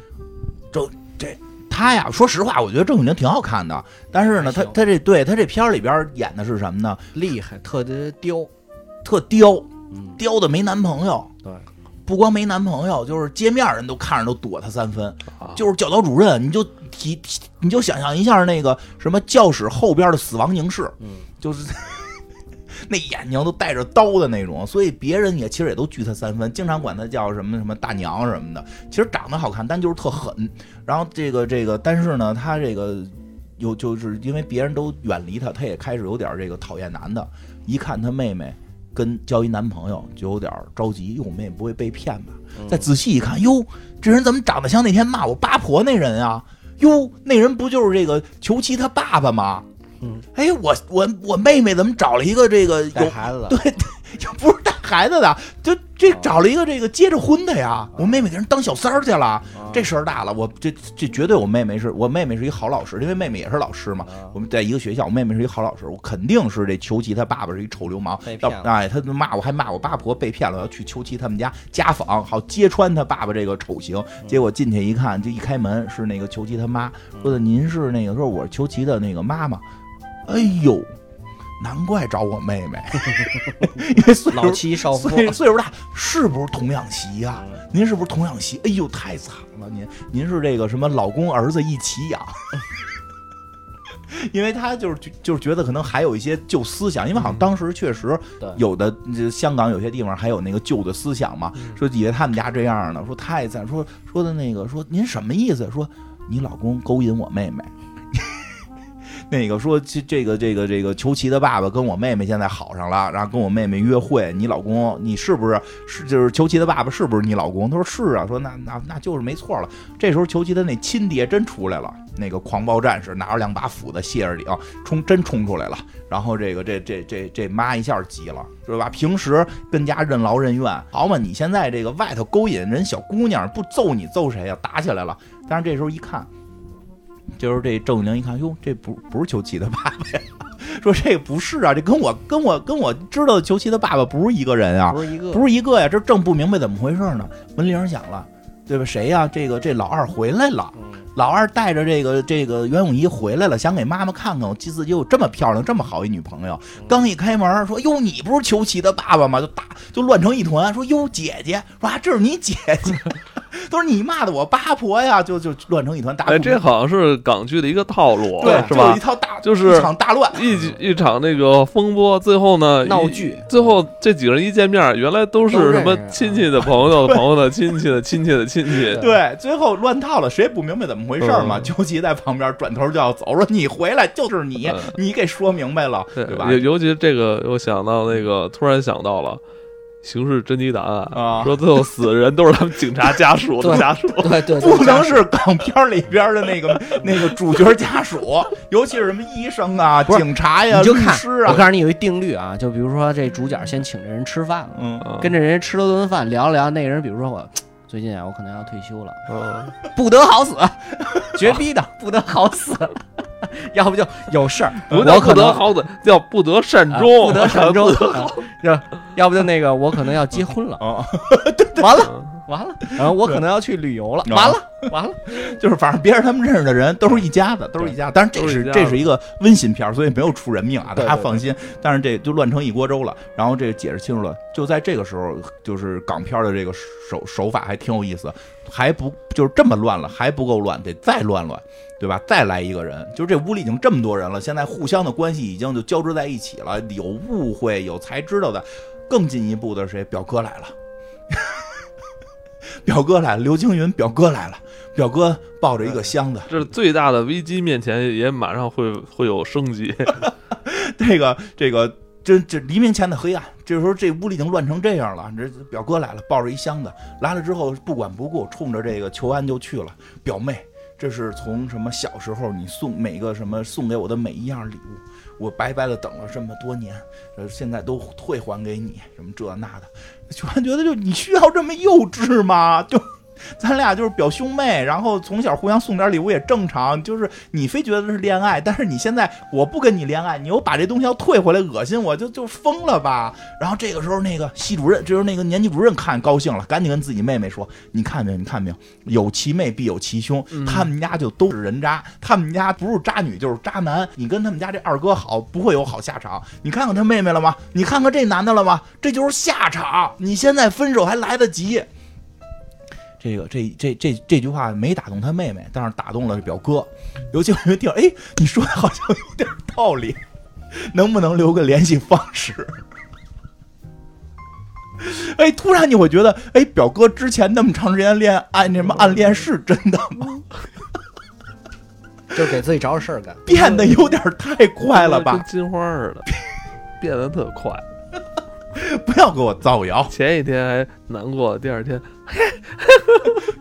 她呀，说实话，我觉得郑玉玲挺好看的，但是呢，她
还行
她这对她这片儿里边儿演的是什么呢？
厉害，特别刁。
特刁，
嗯，
刁的没男朋友。
对，
不光没男朋友，就是街面人都看着都躲他三分。
啊
就是教导主任，你就提提，你就想象一下那个什么教室后边的死亡凝视，
嗯，
就是那眼睛都带着刀的那种，所以别人也其实也都惧他三分，经常管他叫什么什么大娘什么的。其实长得好看，但就是特狠。然后这个这个，但是呢，他这个有就是因为别人都远离他，他也开始有点这个讨厌男的。一看他妹妹跟交一男朋友，就有点着急，哟，我妹妹不会被骗吧？再仔细一看，哟，这人怎么长得像那天骂我八婆那人啊？哟，那人不就是这个裘奇他爸爸吗？
嗯，哎
哎，我我我妹妹怎么找了一个这个有
带孩子了，
对，就不是带孩子的，就这找了一个这个结着婚的呀。我妹妹给人当小三儿去了，
啊
这事儿大了。我这这绝对我妹妹是我妹妹是一好老师，因为妹妹也是老师嘛。
啊
我们在一个学校，我妹妹是一好老师，我肯定是这裘奇他爸爸是一臭流氓
被，
要
骗了
哎，他骂我还骂我八婆被骗了，我要去裘奇他们家家访，好揭穿他爸爸这个丑行。
嗯
结果进去一看，就一开门是那个裘奇他妈，说的您是那个说我是裘奇的那个妈妈，哎呦。难怪找我妹妹，因为岁数
老妻少夫，
岁岁数大，是不是童养媳呀、
嗯
您是不是童养媳？哎呦，太惨了！您您是这个什么老公儿子一起养？ 因为他就是就是觉得可能还有一些旧思想，因为好像当时确实
对
有的、这香港有些地方还有那个旧的思想嘛，说以为他们家这样呢，说太惨，说说的那个说您什么意思？说你老公勾引我妹妹， 那个说这这个这个这个裘奇的爸爸跟我妹妹现在好上了，然后跟我妹妹约会，你老公你是不是是就是裘奇的爸爸是不是你老公？他说是啊，说那那那就是没错了。这时候裘奇的那亲爹真出来了，那个狂暴战士拿着两把斧子卸着顶冲真冲出来了，然后这个这这这这妈一下急了，对吧？平时跟家任劳任怨，好嘛，你现在这个外头勾引人小姑娘，不揍你揍谁呀、啊打起来了。但是这时候一看，就是这郑雨玲一看，哟，这不不是裘奇的爸爸呀， 说这不是啊，这跟我跟我跟我知道裘奇的爸爸不是一个人啊，
不是一个，
不是一个呀，这正不明白怎么回事呢。门铃响了，对吧？谁呀？这个这老二回来了。
嗯
老二带着这个这个袁咏仪回来了，想给妈妈看看我自己有这么漂亮、这么好一女朋友。
嗯
刚一开门，说：“哟，你不是裘奇的爸爸吗？”就打就乱成一团，说：“哟，姐姐，说啊，这是你姐 姐，都是你骂的我八婆呀！”就就乱成一团大
哎，
乱。
这好像是港剧的一个套路，
对
是
就有
吧
一？套大
就是
一场大乱，
一集一场那个风波，最后呢
闹
一
剧
最后这几个人一见面，原来都
都
是
认
什么
识
亲戚的朋友的朋友的亲戚的亲戚的亲戚，
对，最后乱套了，谁也不明白怎么回事儿嘛。
嗯
裘奇在旁边转头就要走，说：“你回来就是你
嗯，
你给说明白了，对吧
尤？”尤其这个，我想到那个，突然想到了《刑事侦缉档案》
啊
说最后死的人都是他们警察家属的
对
家属，
对对，对
不能是港片儿里边儿的那个 那个主角家属，尤其是什么医生啊、
不是
警察呀、
你就
律
看
师，
我
啊，
告诉你有一定律啊，就比如说这主角先请这人吃饭了，
嗯，
嗯
跟着人吃了顿饭，聊了聊，那人比如说我最近啊，我可能要退休了，
嗯
不得好死， 绝逼的不得好死， 要不就有事儿，
不叫
我
不
可
得
能
好歹叫不得善
啊
终，
不得善终
不得，
啊要要不就那个我可能要结婚 了，
哦，
完了
嗯
完了，然后我可能要去旅游了，
啊
完了完了，
就是反正别人他们认识的人都是一家子，都是一家子。当然这
都是
是
一家子
这是一个温馨片儿，所以没有出人命啊，大
对
家
对
放心。但是这就乱成一锅粥了。然后这解释清楚了，就在这个时候，就是港片儿的这个手手法还挺有意思，还不就是这么乱了，还不够乱，得再乱乱。对吧？再来一个人，就是这屋里已经这么多人了，现在互相的关系已经就交织在一起了，有误会，有才知道的，更进一步的是谁？表哥来了， 表哥来了，刘青云表哥来了，表哥抱着一个箱子，
这是最大的危机面前也马上会会有升级，
这个这个这这黎明前的黑暗，这时候这屋里已经乱成这样了。这表哥来了，抱着一箱子，来了之后不管不顾，冲着这个求安就去了。表妹，这是从什么小时候你送每个什么送给我的每一样礼物，我白白的等了这么多年，呃，现在都退还给你，什么这那的。求安觉得就你需要这么幼稚吗？就。咱俩就是表兄妹，然后从小互相送点礼物也正常。就是你非觉得是恋爱，但是你现在我不跟你恋爱，你又把这东西要退回来，恶心我就就疯了吧。然后这个时候，那个系主任，就是那个年级主任看高兴了，赶紧跟自己妹妹说：“你看没有？你看没有？有其妹必有其兄，他们家就都是人渣，他们家不是渣女就是渣男。你跟他们家这二哥好，不会有好下场。你看看他妹妹了吗？你看看这男的了吗？这就是下场。你现在分手还来得及。”这个这这这这句话没打动他妹妹，但是打动了表哥。刘青云听，哎，你说的好像有点道理，能不能留个联系方式？哎，突然你会觉得，哎，表哥之前那么长时间恋爱，那什么暗恋是真的吗？
就给自己找点事儿干。
变得有点太快了
跟
吧！
金花似的，变得特快。
不要给我造谣，
前一天还难过，第二天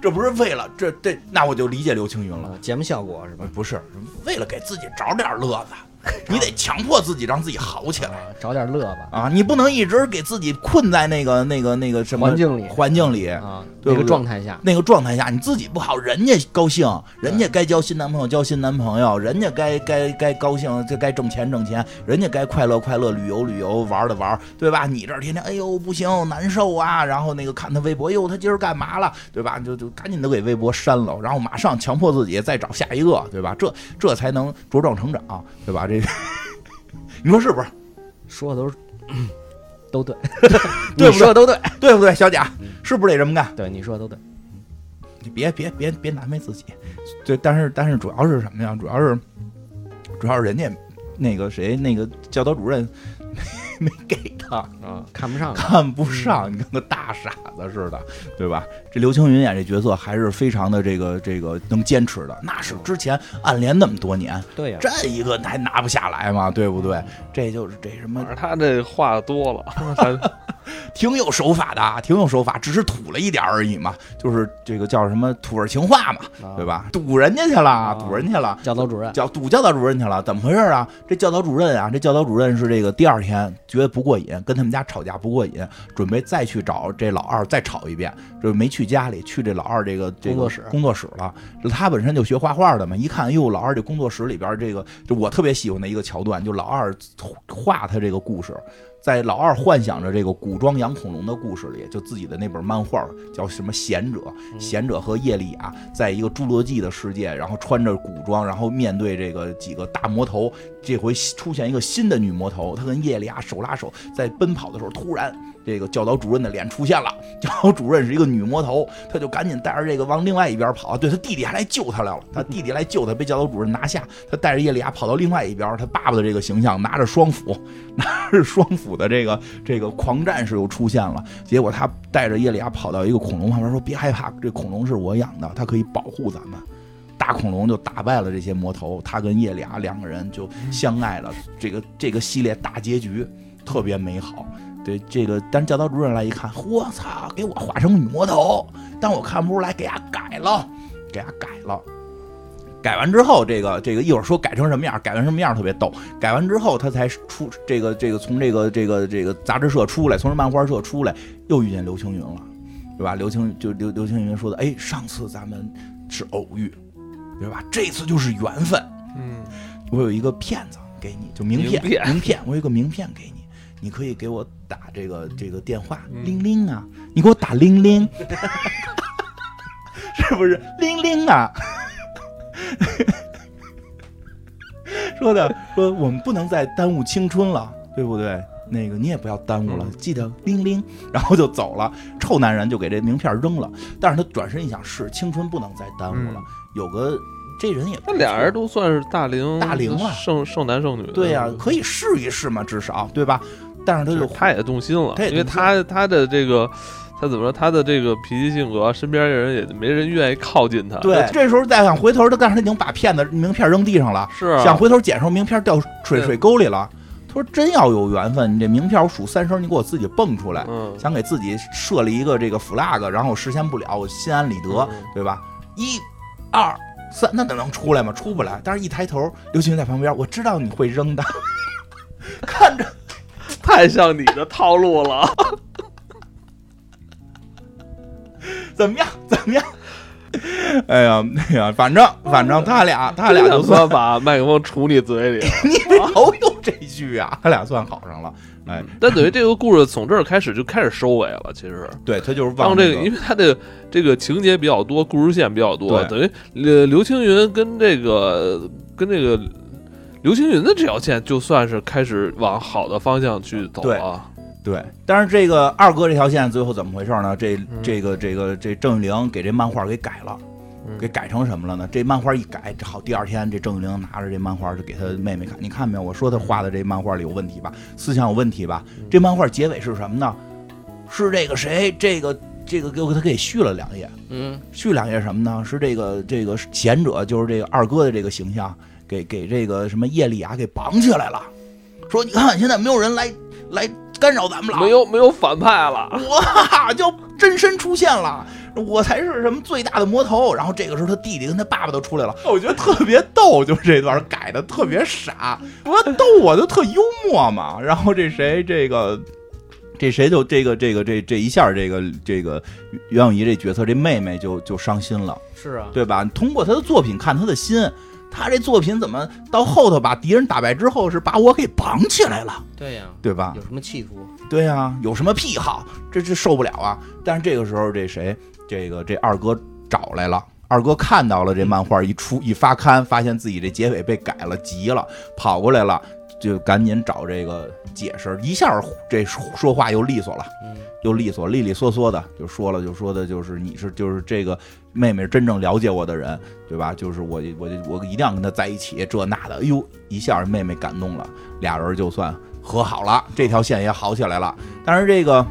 这不是为了这这，那我就理解刘青云了。
啊节目效果是吧？
不是为了给自己找点乐子，你得强迫自己让自己好起来。
啊，找点乐吧。
啊，你不能一直给自己困在那个那个那个什么
环境里
环境里
啊，
对
那
不
个
对
状态下，
那个状态下，你自己不好，人家高兴，人家该交新男朋友交新男朋友，人家该该该高兴，这该挣钱挣钱，人家该快乐快乐，旅游旅游，玩的玩，对吧？你这儿天天哎呦不行，难受啊，然后那个看他微博，哎呦他今儿干嘛了，对吧？就就赶紧的给微博删了，然后马上强迫自己再找下一个，对吧？这这才能茁壮成长，对吧？这个 你说是不是？
说的都是 都对，
对
你
不对
说的都 对，
对不对，小贾？
嗯
是不是得这么干？
对你说的都对。
你别别别别难为自己，对，但是但是主要是什么呀？主要是主要是人家那个谁那个教导主任 没给他，看，
啊，
看不上了。
看不上，你跟个大傻子似的，对吧？这刘青云演这角色还是非常的这个这个能坚持的，那是之前暗恋那么多年，
对呀、
这一个还拿不下来嘛，对不对？这就是这什么
反正他这话多 了，他
挺有手法的，啊，挺有手法，只是土了一点而已嘛，就是这个叫什么土味情话嘛，
啊
对吧？堵人家去了，
啊
堵人家去了。
教导主任
叫堵教导主任去了，怎么回事啊？这教导主任啊，这教导主任是这个第二天觉得不过瘾，跟他们家吵架不过瘾，准备再去找这老二再吵一遍，就是没去家里，去这老二这个这个
工作室
工作室了。他本身就学画画的嘛，一看，哟，老二这工作室里边这个，就我特别喜欢的一个桥段，就老二画他这个故事。在老二幻想着这个古装养恐龙的故事里，就自己的那本漫画叫什么《贤者》，
嗯
贤者和叶利亚在一个侏罗纪的世界，然后穿着古装，然后面对这个几个大魔头。这回出现一个新的女魔头，她跟叶利亚手拉手在奔跑的时候，突然这个教导主任的脸出现了。 教导主任是一个女魔头，她就赶紧带着这个往另外一边跑。对她弟弟还来救她来了，她弟弟来救她，被教导主任拿下。她带着叶利亚跑到另外一边，她爸爸的这个形象拿着双斧，拿着双斧的这个这个狂战士又出现了。结果他带着叶利亚跑到一个恐龙旁边，说：“别害怕，这恐龙是我养的，它可以保护咱们。”大恐龙就打败了这些魔头，他跟叶利亚两个人就相爱了。这个这个系列大结局特别美好。对这个，但是教导主任来一看，我操，给我画成女魔头，但我看不出来，给他改了，给他改了。改完之后，这个这个一会儿说改成什么样，改完什么样特别逗。改完之后，他才出这个这个从这个这个这个杂志社出来，从这漫画社出来，又遇见刘青云了，对吧？刘青就刘刘青云说的，哎，上次咱们是偶遇，对吧？这次就是缘分。
嗯，
我有一个骗子给你，就名片，
名片
我有一个名片给你，你可以给我打这个这个电话，
嗯
铃铃啊，你给我打铃铃，是 不是铃铃啊？ 说的说我们不能再耽误青春了，对不对？那个你也不要耽误了，
嗯
记得铃铃，然后就走了。臭男人就给这名片扔了，但是他转身一想，是青春不能再耽误了，
嗯
有个这人也不
那俩
错
人都算是大龄
大龄了
剩剩男剩女的。
对呀、可以试一试嘛，至少对吧？但是他
嗯就是
就
他也动心了，
他也
因为
动心
他他的这个，他怎么说？他的这个脾气性格，啊身边人也没人愿意靠近他。
对，这时候再想回头，他但是他已经把骗子名片扔地上了，
是啊，嗯
想回头捡的时候，名片掉水
对
水沟里了。他说：“真要有缘分，你这名片我数三声，你给我自己蹦出来。
嗯，
想给自己设立一个这个 flag，然后我实现不了，我心安理得，
嗯
对吧？一、二、三，那能出来吗？出不来。但是，一抬头，刘青云在旁边，我知道你会扔的， 看着
太像你的套路了。
怎么样？怎么样？ 哎呀，哎呀，反正反正他俩 他俩 就
就
算
算把麦克风杵你嘴里。
你这老有这句啊，他俩算好上了。哎，
但等于这个故事从这儿开始就开始收尾了。其实，
对他就是
当
忘
这
这
个，因为他这个这个情节比较多，故事线比较多，
对
等于刘刘青云跟这个跟这个刘青云的这条线，就算是开始往好的方向去走啊了。
对。但是这个二哥这条线最后怎么回事呢？这这个这个这郑玉玲给这漫画给改了。
嗯
给改成什么了呢？这漫画一改，好，第二天这郑玉玲拿着这漫画就给他妹妹看，你看没有？我说他画的这漫画里有问题吧，思想有问题吧
嗯？
这漫画结尾是什么呢？是这个谁，这个这个给我给他给续了两页，
嗯，
续两页什么呢？是这个这个贤者，就是这个二哥的这个形象，给给这个什么叶利亚给绑起来了，说你看现在没有人来来干扰咱们了，
没有没有反派了，
哇，就真身出现了，我才是什么最大的魔头。然后这个时候他弟弟跟他爸爸都出来了，哦我觉得特别逗，就是这段改的特别傻，我逗我就特幽默嘛。然后这谁这个。这谁就这个这个这这一下这个这个袁咏仪这角色这妹妹就就伤心了，
是啊，
对吧？通过他的作品看他的心，他这作品怎么到后头把敌人打败之后是把我给绑起来了，
对呀、
对吧？
有什么企图？
对呀、有什么癖好？这这受不了啊！但是这个时候，这谁，这个这二哥找来了。二哥看到了这漫画一出一发刊，发现自己这结尾被改了，急了，跑过来了，就赶紧找这个解释。一下这说话又利索了，
嗯，
又利索，利利索索的就说了，就说的就是你是就是这个妹妹真正了解我的人，对吧？就是我我我一定要跟她在一起，这那的。哎呦，一下妹妹感动了，俩人就算和好了，这条线也好起来了。但是这个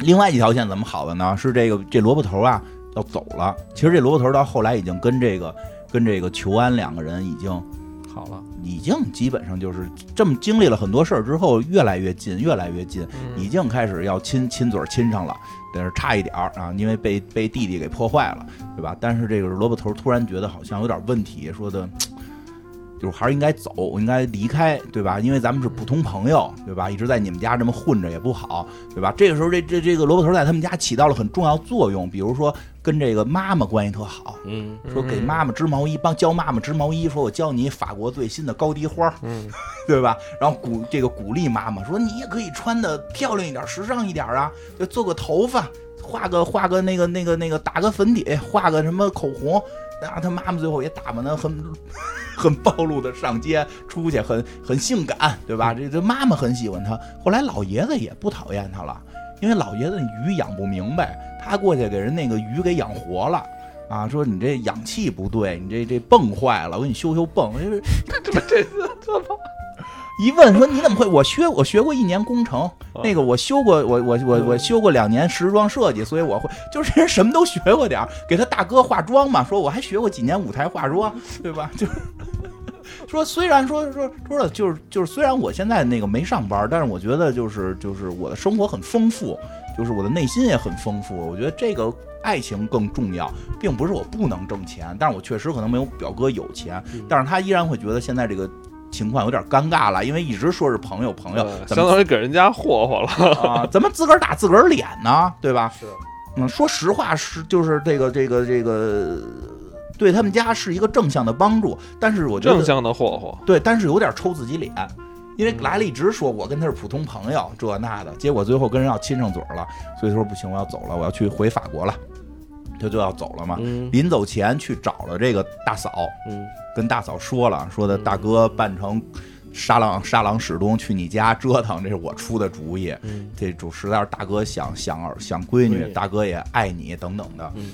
另外一条线怎么好的呢？是这个这萝卜头啊要走了。其实这萝卜头到后来已经跟这个跟这个裘安两个人已经
好了，
已经基本上就是这么经历了很多事儿之后，越来越近，越来越近，已经开始要亲亲嘴儿亲上了，但是差一点儿啊，因为被被弟弟给破坏了，对吧？但是这个萝卜头突然觉得好像有点问题，说的。就是还是应该走，我应该离开，对吧？因为咱们是普通朋友，对吧？一直在你们家这么混着也不好，对吧？这个时候这，这这个萝卜头在他们家起到了很重要作用，比如说跟这个妈妈关系特好，
嗯，
说给妈妈织毛衣，帮教妈妈织毛衣，说我教你法国最新的高低花，嗯，对吧？然后鼓这个鼓励妈妈说你也可以穿的漂亮一点，时尚一点啊，就做个头发，画个画个那个那个那个打个粉底，画个什么口红。然后他妈妈最后也打扮的很 很暴露的上街出去，很很性感，对吧？这这妈妈很喜欢他。后来老爷子也不讨厌他了，因为老爷子鱼养不明白，他过去给人那个鱼给养活了。啊，说你这氧气不对，你这这泵坏了，我给你修修泵。因为
这这这他
一问说你怎么会？我学我学过一年工程，那个我修过我我我我修过两年时装设计，所以我会就是 这人什么都学过点儿。给他大哥化妆嘛，说我还学过几年舞台化妆，对吧？就 说虽然说说说了，就是就是虽然我现在那个没上班，但是我觉得就是就是我的生活很丰富，就是我的内心也很丰富。我觉得这个爱情更重要，并不是我不能挣钱，但是我确实可能没有表哥有钱，
嗯
但是他依然会觉得现在这个。情况有点尴尬了，因为一直说是朋友朋友，
妈，
怎
相
么
当于给人家霍霍了。
啊，怎么自个儿打自个儿脸呢？对吧？
是，啊
嗯，说实话是就是这个这个这个，对他们家是一个正向的帮助，但是我觉
正
得嗯
向的霍霍，
对，但是有点抽自己脸，因为
嗯
来了一直说我跟他是普通朋友这那的，结果最后跟人要亲上嘴儿了，所以说不行，我要走了，我要去回法国了，他就要走了嘛。
嗯
临走前去找了这个大嫂，
嗯，
跟大嫂说了，说的
嗯
大哥扮成沙朗沙朗史东去你家折腾，这是我出的主意。
嗯
这主实在是大哥想想儿想闺
闺
女，
女
大哥也爱你等等的，
嗯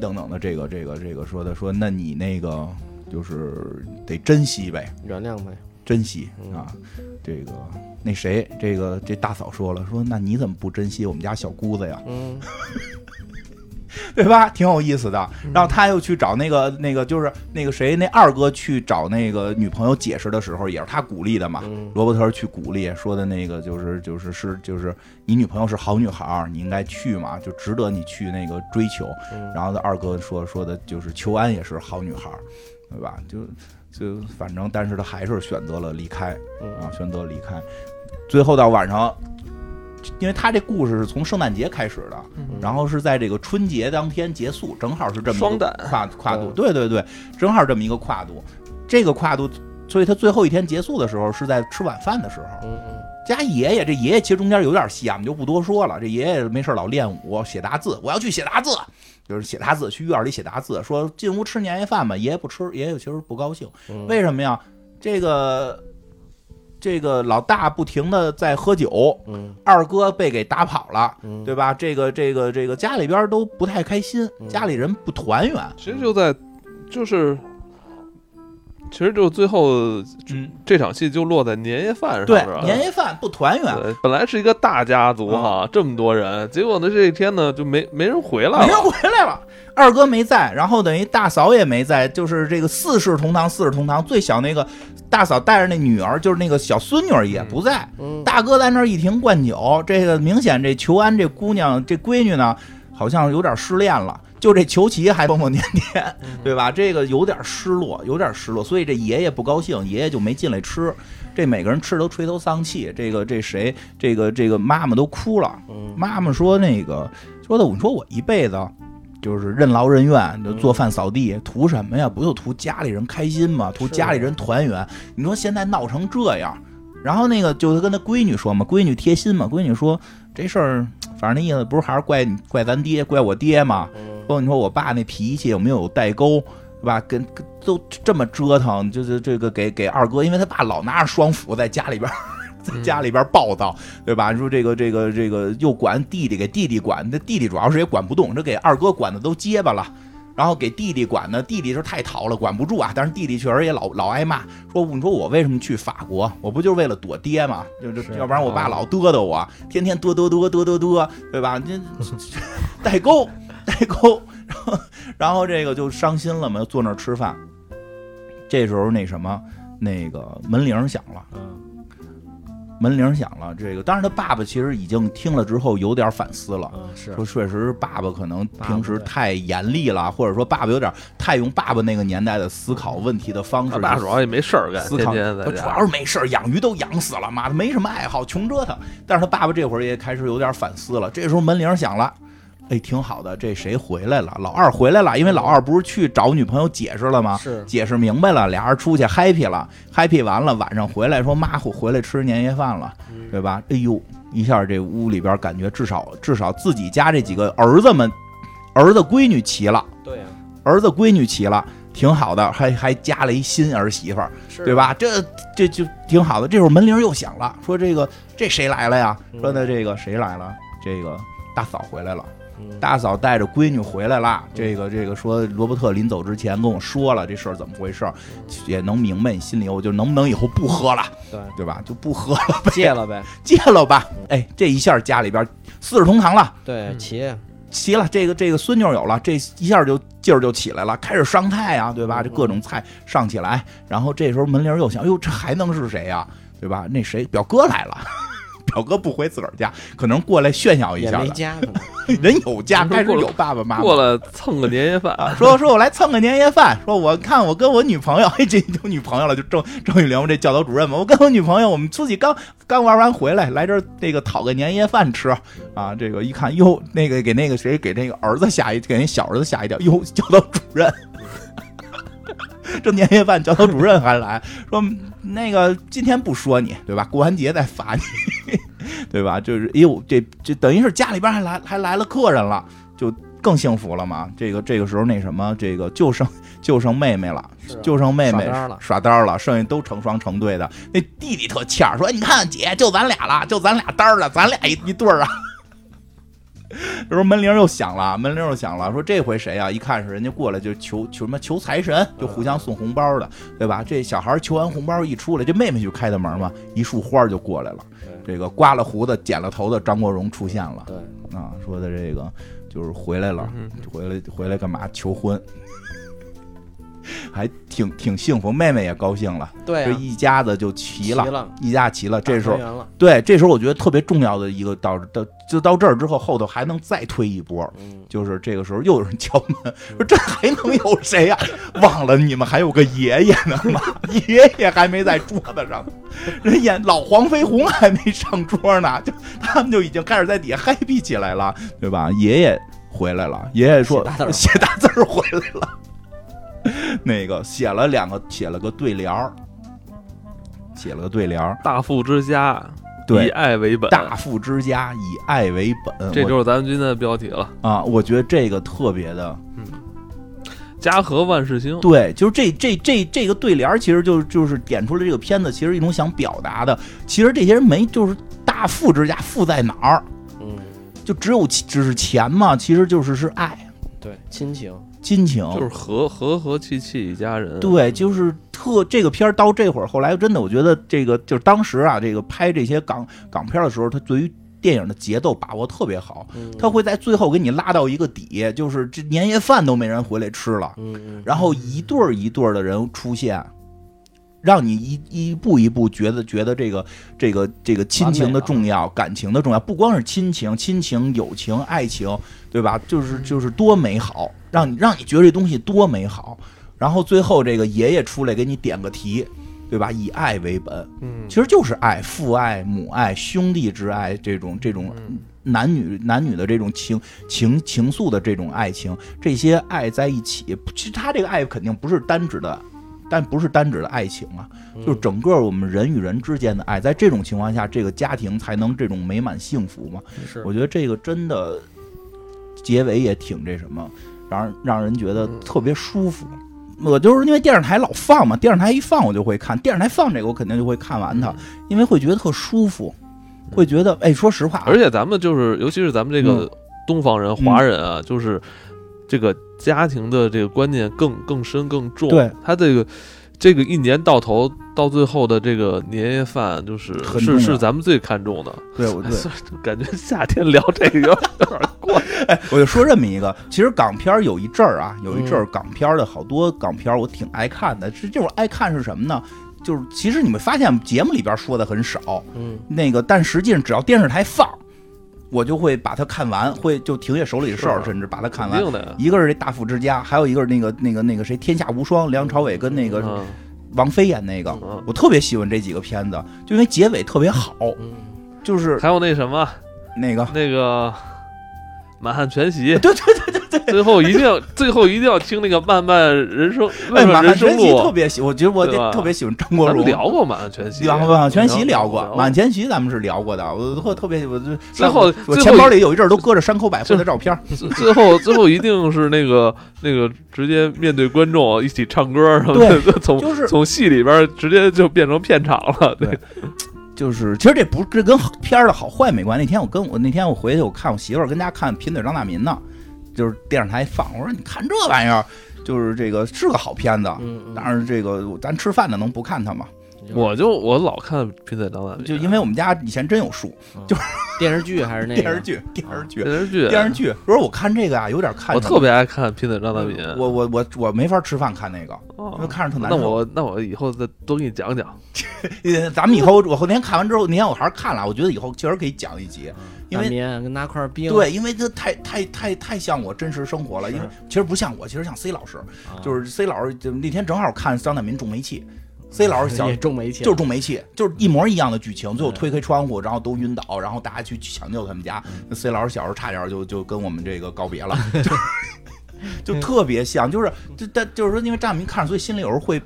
等等的这个这个这个说的说，那你那个就是得珍惜呗，
原谅呗，
珍惜
嗯
啊，这个。那谁，这个这大嫂说了，说那你怎么不珍惜我们家小姑子呀？
嗯，
对吧？挺有意思的。
嗯
然后他又去找那个那个，就是那个谁，那二哥去找那个女朋友解释的时候，也是他鼓励的嘛。
嗯
罗伯特去鼓励说的那个，就是就是是就是你女朋友是好女孩儿，你应该去嘛，就值得你去那个追求。
嗯
然后那二哥说说的就是秋安也是好女孩儿，对吧？就就反正，但是他还是选择了离开。啊
嗯，
选择离开。最后到晚上，因为他这故事是从圣诞节开始的，
嗯
然后是在这个春节当天结束，正好是这么
双
一个
旦
跨跨度，对对对，正好这么一个跨度，这个跨度。所以他最后一天结束的时候是在吃晚饭的时候，
嗯嗯
家爷爷这爷爷其实中间有点戏啊，我们就不多说了。这爷爷没事老练武写大字，我要去写大字，就是写大字，去院里写大字，说进屋吃年夜饭吧，爷爷不吃，爷爷其实不高兴。
嗯，
为什么呀？这个这个老大不停的在喝酒，
嗯
二哥被给打跑了，
嗯，
对吧？这个这个这个家里边都不太开心，
嗯
家里人不团圆。
其实就在，就是，其实就最后
嗯，
这场戏就落在年夜饭上，
对
是吧，
年夜饭嗯不团圆，
对本来是一个大家族哈，这么多人，结果呢这一天呢就没没人回来
没人
了，
回来了。二哥没在，然后等于大嫂也没在，就是这个四世同堂，四世同堂最小那个大嫂带着那女儿，就是那个小孙女儿也不在，
嗯
大哥在那儿一停灌酒，这个明显这裘安这姑娘这闺女呢，好像有点失恋了。就这裘奇还疯疯癫癫，对吧？这个有点失落，有点失落，所以这爷爷不高兴，爷爷就没进来吃。这每个人吃都垂头丧气，这个这谁，这个这个妈妈都哭了。
嗯
妈妈说那个说的，我说我一辈子就是任劳任怨，就做饭扫地，图什么呀？不就图家里人开心吗？图
是
家里人团圆。你说现在闹成这样，然后那个就跟他闺女说嘛，闺女贴心嘛，闺女说这事儿，反正那意思不是还是怪你怪咱爹，怪我爹嘛。
嗯
包括你说我爸那脾气有没有代沟，对吧？跟跟都这么折腾，就是这个给给二哥，因为他爸老拿着双斧在家里边儿。 在家里边儿暴躁，对吧？你说这个这个这个又管弟弟，给弟弟管，那弟弟主要是也管不动，这给二哥管的都结巴了，然后给弟弟管的，弟弟是太淘了，管不住啊。但是弟弟确实也老老挨骂，说你说我为什么去法国？我不就是为了躲爹吗？就就是要不然我爸
啊
老嘚嘚我，天天嘚嘚嘚嘚嘚嘚，对吧？这代沟代沟，然后然后这个就伤心了嘛，坐那儿吃饭。这时候那什么，那个门铃响了，
嗯
门铃响了。这个当然他爸爸其实已经听了之后有点反思了。
嗯，
是
说确实，爸爸可能
爸爸
平时
对
太严厉了，或者说爸爸有点太用爸爸那个年代的思考问题的方式
他
去
爸主啊要也没事儿干，
思
天
考。
天在
他主
家
要是没事儿，养鱼都养死了，妈的没什么爱好，穷折腾。但是他爸爸这会儿也开始有点反思了。这时候门铃响了。哎，挺好的，这谁回来了？老二回来了，因为老二不是去找女朋友解释了吗？
是
解释明白了，俩人出去 happy 了，happy 完了，晚上回来说妈，我回来吃年夜饭了，对吧？哎呦，一下这屋里边感觉至少至少自己家这几个儿子们，儿子闺女齐了，
对呀，
儿子闺女齐了，挺好的，还还加了一新儿媳妇儿，
是
对？吧？这这就挺好的。这会儿门铃又响了，说这个这谁来了呀？说的这个谁来了？这个大嫂回来了。
嗯
大嫂带着闺女回来啦。这个这个说罗伯特临走之前跟我说了这事儿怎么回事儿，也能明白你心里，我就能不能以后不喝了，
对
对吧？就不喝了，
戒了呗，
戒了吧。 哎，这一下家里边四世同堂了，
对，
嗯
齐
齐了，这个这个孙女儿有了，这一下就劲儿就起来了，开始上菜啊，对吧？
嗯
这各种菜上起来，然后这时候门铃儿又响，哟，哎这还能是谁呀、啊对吧？那谁表哥来了。 表哥不回自个儿家，可能过来炫耀一
也
下
没
的。
家可能，
人有 家，
你说
开始
过了
有爸爸妈妈了
过来蹭个年夜饭，
啊，说说我来蹭个年夜饭，说我看我跟我女朋友， 嘿，这有女朋友了，就郑郑雨玲我这教导主任嘛，我跟我女朋友，我们出去刚刚玩完回来，来这儿这个讨个年夜饭吃啊，这个一看哟，那个给那个谁给那个儿子吓一，给那小儿子吓一跳，哟，教导主任。 这年夜饭，教导主任还来说，那个今天不说你，对吧？过完节再罚你， 对吧？就是，哎呦，这这等于是家里边还来还来了客人了，就更幸福了嘛。这个这个时候那什么，这个就剩就剩妹妹了，
是啊
就剩妹妹
耍单儿了
耍单儿了，剩下都成双成对的。那弟弟特欠儿，说你看姐，就咱俩了，就咱俩单儿了，咱俩一一对儿啊。 这时候门铃又响了，门铃又响了，说这回谁啊？一看是人家过来就求求什么求财神，就互相送红包的，对吧？这小孩儿求完红包一出来，这妹妹就开的门嘛，一束花儿就过来了。这个刮了胡子、剪了头的张国荣出现了
对，
啊，说的这个就是回来了，
嗯
回来回来干嘛？求婚，还挺挺幸福，妹妹也高兴了，
对
这
啊，
一家子就齐了，
了，
一家齐了。这时候
打团，圆了，
对，这时候我觉得特别重要的一个到到就到这儿之后，后头还能再推一波。
嗯，
就是这个时候又有人敲门，说这还能有谁呀、 忘了你们还有个爷爷呢吗？ 爷爷还没在桌子上，人演老黄飞鸿还没上桌呢， 就他们就已经开始在底下嗨皮起来了，对吧？爷爷回来了，爷爷说
写大字儿
写大字儿回来了， 那个写了两个，写了个对联儿，写了个对联儿，
大富之家以
对。
爱为本，
大富之家以爱为本，
这
我
就是咱们今天的标题了。
啊，我觉得这个特别的，
家和万事兴，
对，就是这这这这个对联儿，其实就就是点出了这个片子其实一种想表达的。其实这些人没就是大富之家，富在哪儿？
嗯，
就只有只是钱嘛，其实就是是爱、
对，亲情，
亲情。
就是和和和气气一家人。
对，就是特这个片儿到这会儿，后来真的，我觉得这个就是当时啊，这个拍这些港港片儿的时候，他对于电影的节奏把握特别好，
嗯
他，会在最后给你拉到一个底，就是这年夜饭都没人回来吃了，
嗯，嗯
然后一对儿一对儿的人出现，让你一一步一步觉得觉得这个这个这个亲情的重要，感情的重要，不光是亲情，亲情、友情、爱情，对吧？就是就是多美好，让你让你觉得这东西多美好。然后最后这个爷爷出来给你点个题，对吧？以爱为本，
嗯，
其实就是爱，父爱、母爱、兄弟之爱这种这种
嗯
男女男女的这种情情情愫的这种爱情，这些爱在一起，其实他这个爱肯定不是单指的，但不是单指的爱情啊，就是整个我们人与人之间的爱，在这种情况下，这个家庭才能这种美满幸福嘛。
是
我觉得这个真的结尾也挺这什么，让人让人觉得特别舒服。我就是因为电视台老放嘛，电视台一放我就会看，电视台放这个我肯定就会看完它，因为会觉得特舒服，会觉得哎，说实话啊，嗯
而且咱们就是，尤其是咱们这个东方人、华人啊，就是这个家庭的这个观念更更深更重。
对，
他这个这个一年到头到最后的这个年夜饭，就是
很重
是
要
是咱们最看重的。
对，我对
感觉夏天聊这个有点过。
我就说这么一个，其实港片儿有一阵儿啊，有一阵
嗯
儿港片儿的好多港片儿我挺爱看的，是这种爱看是什么呢？就是其实你们发现节目里边说的很少，
嗯，
那个，但实际上只要电视台放，我就会把它看完，会就停下手里的事儿，
是
甚至把它看
肯
完。
定的呀。
一个是这《大富之家》，还有一个是那个那个那个谁，《天下无双》，梁朝伟跟那个
嗯
王菲演那个，
嗯，
我特别喜欢这几个片子，就因为结尾特别好，
嗯，
就是
还有那什么
那个
那个满汉全席，
对
对对对对，最后一定要最后一定要听那个漫漫人生
哎，
漫
满
漫
汉
人
全
生
席特
路。啊
别喜，我觉得我
对吧
特别喜欢张国
咱们
荣。
聊过满汉全席，啊嗯
满啊满全席聊过，
聊
满全席咱们是聊过的，我特特别我就
最后
我
最
钱
后
包里有一阵儿都搁着山口百惠的照片儿，
最最后最后一定是那个那个直接面对观众一起唱歌什么的，从
就是
从戏里边直接就变成片场了。
对就是，其实这不是这跟片儿的好坏没关系。那天我跟我那天我回去，我看我媳妇儿跟家看《贫嘴张大民》呢，就是电视台放，我说你看这玩意儿，就是这个是个好片子。
嗯，
但是这个我咱吃饭的能不看它吗？
我就我老看《贫嘴张大民》，
就因为我们家以前真有书，
电视剧还
哎
是那个
电视，剧、电视剧、
电视剧，
电视剧。我说我看这个啊，有点看
我
着
特别爱看《贫嘴张大民》。
我我我我没法吃饭看那个，因为
哦
看着特难
那
受。
我那我以后再多给你讲讲。
呃咱们以后我后天看完之后，那天我还是看了，我觉得以后确实可以讲一集，
嗯
因为
大棉跟拿块冰，
对，因为它太太太太像我真实生活了。因为
是
其实不像我，其实像 C 老师，
啊，
就是 C 老师就那天正好看张大民中煤气，C 老师小
也中煤 气，
就是中煤气，就是一模一样的剧情，最后
嗯
推开窗户，然后都晕倒，然后大家去抢救他们家。
嗯
那 C 老师小时候差点就就跟我们这个告别 了，就就特别像，就是就但就是说，因为张大民看着，所以心里有时候会，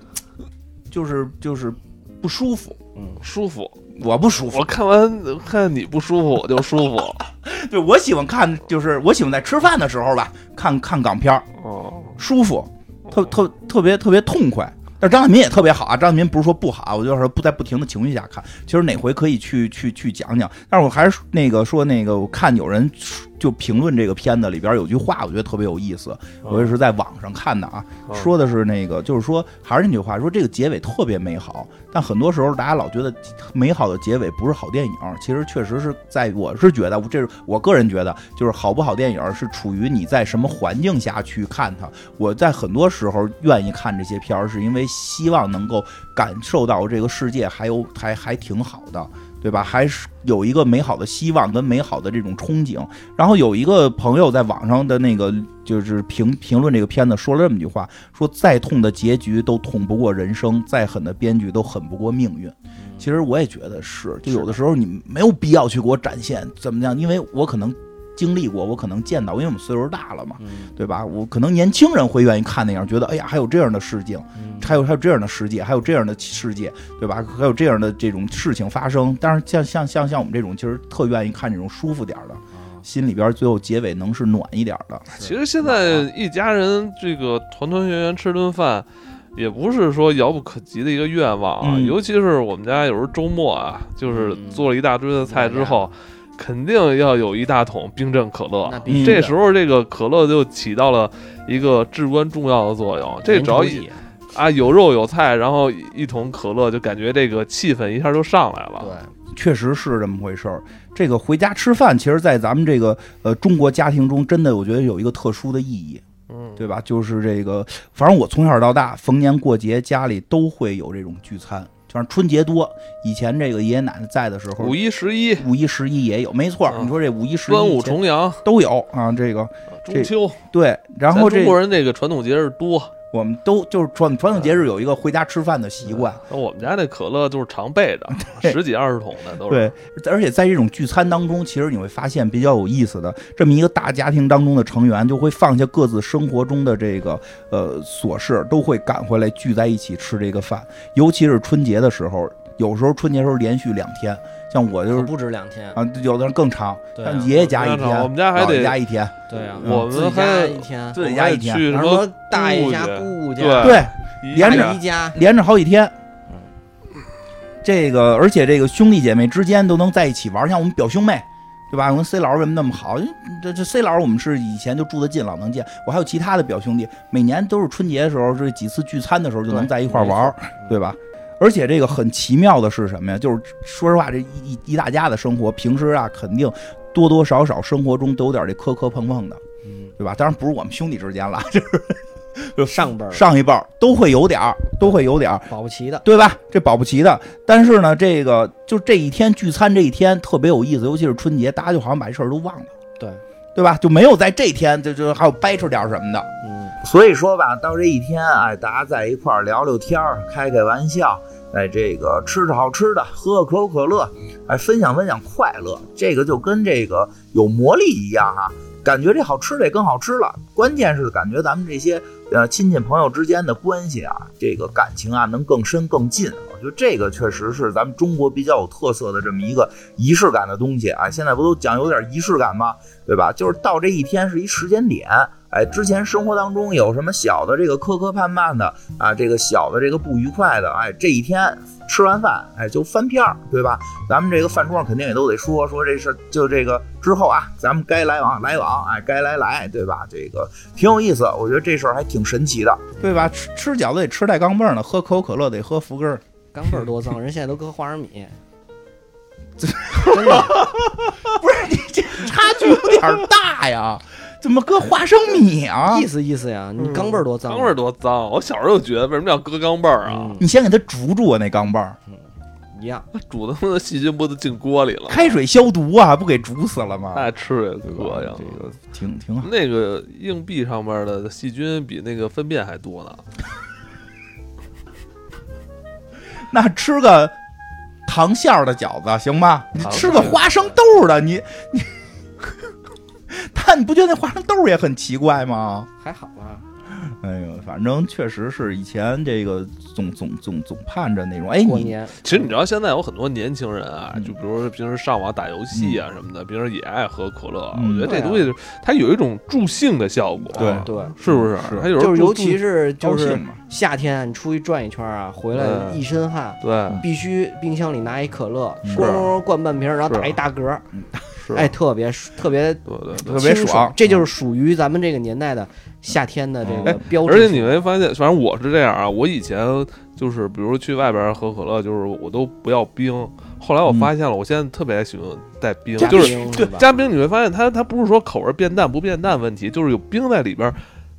就是就是不舒服，
舒服，
我不舒 服。
我看完看你不舒服我就舒服。
对我喜欢看，就是我喜欢在吃饭的时候吧，看看港片儿，
哦，
舒服，特特特别特别痛快。但是张大民也特别好啊，张大民不是说不好啊，我就是说不在不停的情绪下看。其实哪回可以去去去讲讲，但是我还是那个说那个，我看有人就评论这个片子里边有句话，我觉得特别有意思，我也是在网上看的啊，
哦
说的是那个就是说还是那句话，说这个结尾特别美好，但很多时候大家老觉得美好的结尾不是好电影，其实确实是在我是觉得，这是我个人觉得，就是好不好电影是处于你在什么环境下去看它。我在很多时候愿意看这些片儿，是因为希望能够感受到这个世界还有还还挺好的，对吧？还是有一个美好的希望跟美好的这种憧憬。然后有一个朋友在网上的那个就是评评论这个片子，说了这么句话：说再痛的结局都痛不过人生，再狠的编剧都狠不过命运。其实我也觉得是，就有的时候你没有必要去给我展现怎么样，因为我可能经历过，我可能见到，因为我们岁数大了嘛，
嗯，
对吧？我可能年轻人会愿意看那样，觉得哎呀，还有这样的事情，
嗯
还有还有这样的世界，还有这样的世界，对吧？还有这样的这种事情发生。但是像像像像我们这种，其实特愿意看这种舒服点儿的，心里边最后结尾能是暖一点儿的。
其实现在一家人这个团团圆圆吃顿饭，也不是说遥不可及的一个愿望啊。
嗯
尤其是我们家有时候周末啊，就是
嗯
做了一大堆的菜之后，肯定要有一大桶冰镇可乐
那。
嗯
必须的
这时候，这个可乐就起到了一个至关重要的作
嗯
用。这只要一
年头
啊有肉有菜，然后一桶可乐，就感觉这个气氛一下就上来了。
底
确实是这么回事儿。这个回家吃饭，其实，在咱们这个呃中国家庭中，真的我觉得有一个特殊的意义，
嗯，
对吧？就是这个，反正我从小到大，逢年过节家里都会有这种聚餐，就是春节多。以前这个爷爷奶奶在的时候
五，一十一，
五一、十一也有，没错儿。
嗯
你说这五一、十一、
端午、重阳、
都有啊，这个这
中秋，
对。然后
咱中
这
国人这个传统节日多。
我们都就是传传统节
嗯
日有一个回家吃饭的习惯，
那我们家那可乐就是常备 着，
对
十几二十桶的都是。
对，而且在这种聚餐当中，其实你会发现比较有意思的，这么一个大家庭当中的成员，就会放下各自生活中的这个呃琐事，都会赶回来聚在一起吃这个饭。尤其是春节的时候，有时候春节时候连续两天，像我就
可
是
不止两天，
啊，有的人更长，
对啊
像爷爷家一天，
嗯我们家还
姥
得
爷家一天，
对啊，
我们
自己
还
家一天，
自己家一
我们
天，
也去
然
什
后
么
说大爷家、
姑
姑家、
对啊
对，连着
阿姨家，
连着好几天。这个，而且这个兄弟姐妹之间都能在一起玩，像我们表兄妹，对吧？我跟 C 老师为什么那么好？这这 C 老师我们是以前就住得近，老能见。我还有其他的表兄弟，每年都是春节的时候，这几次聚餐的时候就能在一块儿玩儿，对吧？而且这个很奇妙的是什么呀？就是说实话，这一一一大家的生活，平时啊肯定多多少少生活中都有点这磕磕碰碰的，
嗯，
对吧？当然不是我们兄弟之间了，
上辈儿
上一辈儿都会有点儿，都会有点儿，
保不齐的，
对吧？这保不齐的。但是呢，这个就这一天聚餐这一天特别有意思，尤其是春节，大家就好像把这事儿都忘了，
对，
对吧？就没有在这天就就还有掰扯点儿什么的。
嗯，
所以说吧，到这一天，哎，大家在一块儿聊聊天儿，开开玩笑，哎，这个吃着好吃的，喝可口可乐，哎，分享分享快乐，这个就跟这个有魔力一样哈、感觉这好吃的也更好吃了，关键是感觉咱们这些呃亲戚朋友之间的关系啊，这个感情啊能更深更近。我觉得这个确实是咱们中国比较有特色的这么一个仪式感的东西啊。现在不都讲究点仪式感吗？对吧？就是到这一天是一时间点，哎，之前生活当中有什么小的这个磕磕绊绊的啊，这个小的这个不愉快的，哎，这一天吃完饭，哎，就翻篇儿，对吧？咱们这个饭桌上肯定也都得说说这事儿，就这个之后啊，咱们该来往来往，哎，该来来，对吧？这个挺有意思，我觉得这事儿还挺神奇的，对吧？吃吃饺子得吃带钢镚儿呢，喝可口可乐得喝福根儿，
钢镚儿多脏，人现在都搁花生米，真的，
差距有点儿大呀，怎么搁花生米啊
意思意思呀，你钢镚儿多脏，
钢镚儿多脏！我小时候就觉得为什么要搁钢镚儿啊？
嗯
你先给它煮煮啊，那钢镚儿，
一样，
那 煮的那细菌不都进锅里了？
开水消毒啊，不给煮死了吗？
哦太吃也
对吧
膈应
这个挺挺好。
那个硬币上面的细菌比那个粪便还多呢。
那吃个糖馅儿的饺子行吗？你
糖
吃个花生豆儿的，你你， 但你不觉得那花生豆儿也很奇怪吗？
还好啊吧，
哎呦，反正确实是以前这个总总总总盼着那种，哎，
过
你
年
其实你知道，现在有很多年轻人啊，
嗯
就比如说平时上网打游戏啊什么的，平时也爱喝可乐。
嗯
我觉得这
对啊
东西它有一种助兴的效果，啊
对
啊对，
是不是
是？
它有时
就
候
是
助
尤其是
高
就是
兴嘛？
夏天你出去转一圈啊，回来
嗯
一身汗，
对
必须冰箱里拿一可乐，
是
咣咣咣灌半瓶儿，然后打
是
一大嗝，
是，
哎，特别特别
对对对。
特别
清
爽
这就是属于咱们这个年代的夏天的这个
嗯
标志。
而且你没发现，反正我是这样啊，我以前就是比如去外边喝可乐，就是我都不要冰。后来我发现了，我现在特别喜欢带冰，
嗯加
就是
冰
对
吧
加冰，你会发现它它不是说口味变淡不变淡问题，就是有冰在里边，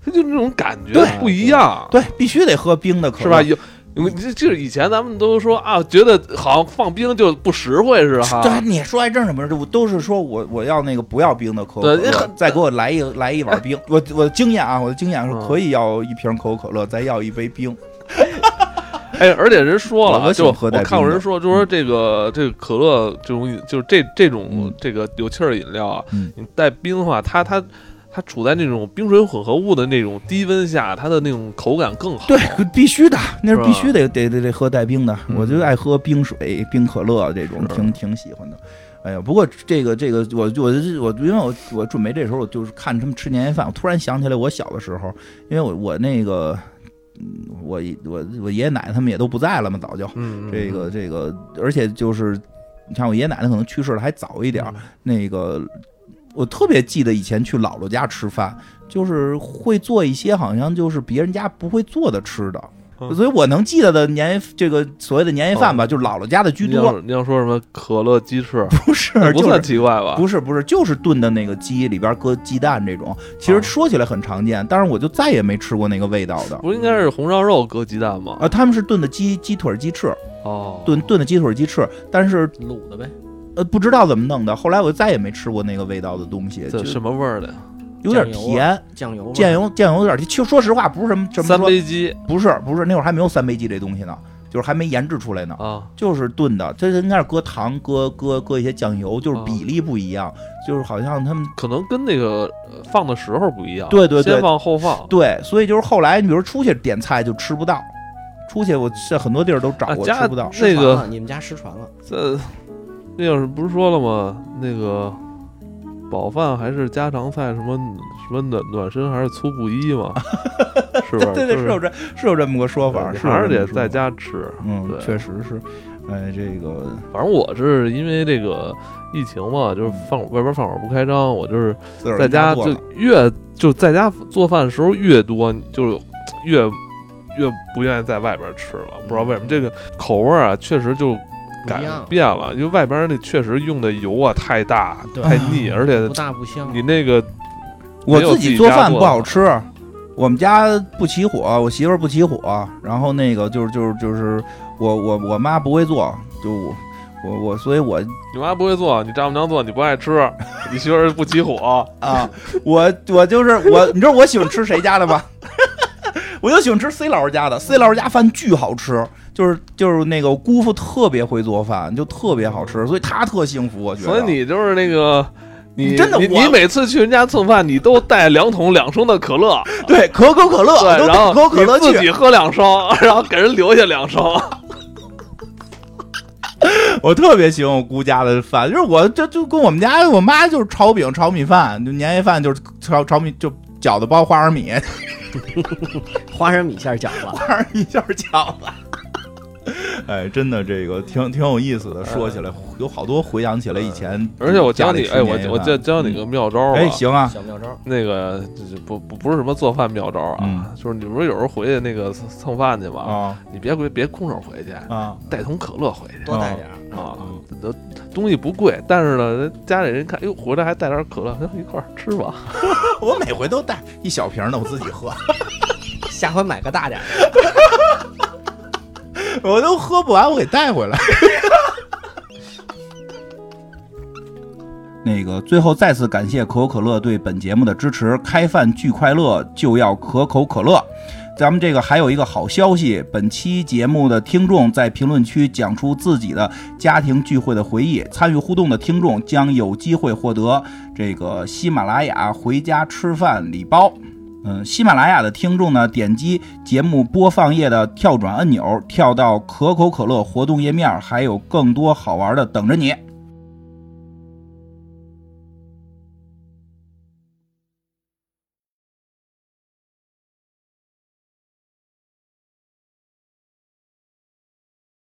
它就那种感觉
对
不一样，
对，必须得喝冰的可乐，
是吧？？有。有这就是以前咱们都说啊，觉得好像放冰就不实惠似的哈。
对，你说还真是什么？这我都是说我我要那个不要冰的可口
对
可
因为
乐，
很
再给我来一来一碗冰。 我我的经验啊，我的经验是
嗯
可以要一瓶可口可乐，再要一杯冰。
哎，而且人说了
我
啊，就
都喜欢喝
我
带
看
冰
过
的
人说，就说这个这个可乐这种饮，就是这这种
嗯
这个有气儿饮料啊
嗯，
你带冰的话，它它它处在那种冰水混合物的那种低温下，它的那种口感更好。
对，必须的，那是
是吧
必须得得得得喝带冰的。
嗯
我就爱喝冰水、冰可乐这种，
是
挺挺喜欢的。哎呀，不过这个这个，我我我，因为我我准备这时候，我就是看他们吃年夜饭，我突然想起来我小的时候，因为我我那个，嗯我我我爷爷奶奶他们也都不在了嘛，早就，
嗯，嗯，
这个这个，而且就是，你看我爷爷奶奶可能去世的还早一
一
点儿，那个我特别记得以前去姥姥家吃饭，就是会做一些好像就是别人家不会做的吃的。
嗯哦
所以我能记得的年夜这个所谓的年夜饭吧，就是姥姥家的居
你
多，
要你要说什么可乐鸡 翅，
不是
那不
就
算
是
奇怪吧？
不是不是就是炖的那个鸡里边搁鸡蛋这种，其
哦
实说起来很常见，但是我就再也没吃过那个味道的。
不是应该是红烧肉搁鸡蛋吗？
啊，他们是炖的鸡鸡腿儿鸡翅，
哦，
炖炖的鸡腿儿鸡翅，但是
卤的呗，
呃，不知道怎么弄的。后来我再也没吃过那个味道的东西，就
这什么味儿的呀？
有点
酱油
甜，
啊酱油味儿
酱油酱油有点甜。其实说实话，不是什么什么
三
说，
杯鸡
不是不是，那会儿还没有三杯鸡这东西呢，就是还没研制出来呢，
啊，
就是炖的，这应该是搁糖、搁搁搁一些酱油，就是
啊
比例不一样，就是好像他们
可能跟那个呃放的时候不一样。
对对对
先放后放。
对，所以就是后来你比如出去点菜就吃不到，出去我在很多地儿都找
啊
过
家
吃不到。
这
失传
个
了你们家失传了，
这那要是不是说了吗？那个饱饭还是家常菜，什么什么暖暖身还是粗布衣嘛，是
对
吧？
对对，
就是
有这是有这么个说法，
你
是有
还是
这么
得
个说
在
法
家吃。
嗯
对，
确实是。呃，这个
反正我是因为这个疫情嘛，就是饭外边饭馆不开张，我就是
自个儿
在家
做
就
了
越就在家做饭的时候越多，就是越越不愿意在外边吃了。不知道为什么这个口味儿啊，确实就
不
改
一样，
变了，因为外边那确实用的油啊太大
对
太
嗯
腻，而且
不大不香。
你那个
我
没有
自
自
己
己
做
家
饭
做
不好
的
吃，我们家不起火，我媳妇儿不起火，然后那个就是就是就是我我我妈不会做，就我我我，所以我
你妈不会做，你丈母娘做你不爱吃，你媳妇儿不起火，
啊，我我就是我，你知道我喜欢吃谁家的吗？ 我就喜欢吃 C 老师家的，C 老师家饭巨好吃，就是就是那个我姑父特别会做饭，就特别好吃，所以他特幸福，我觉得。
所以你就是那个。你
真的
你
我
你每次去人家蹭饭，你都带两桶两升的可乐，
对可口可乐，我
对，
都
然后
带可口可乐
你自
去，
己喝两升， 然后给人留下两 升，
我特别喜欢我姑家的饭，就是我这就跟我们家我妈就是炒饼、炒米饭，就年夜饭就是炒炒米就。饺子包花生米，
花生米馅儿饺子，
花生米馅儿饺子。哎，真的，这个挺挺有意思的。说起来，有好多回想起来以前。
哎而且我教
家里
你，
吃
哎，我
年夜
我
饭
教教你
嗯
个妙招儿吧。
哎，行啊，
小妙招。
那个就是不不不是什么做饭妙招儿啊，
嗯
就是你不是有时候回去那个蹭蹭饭去嘛，
啊
你别回别空手回去，
啊，
带桶可乐回去
多带点儿，
啊。都东西不贵，但是呢，家里人看，哟，回来还带点可乐，哎一块儿吃吧。
我每回都带一小瓶的，我自己喝，
下回买个大点儿的。
我都喝不完，我给带回来。 那个最后再次感谢可口可乐对本节目的支持，开饭巨快乐就要可口可乐。咱们这个还有一个好消息，本期节目的听众在评论区讲出自己的家庭聚会的回忆，参与互动的听众将有机会获得这个喜马拉雅回家吃饭礼包。嗯，喜马拉雅的听众呢，点击节目播放页的跳转按钮，跳到可口可乐活动页面，还有更多好玩的等着你。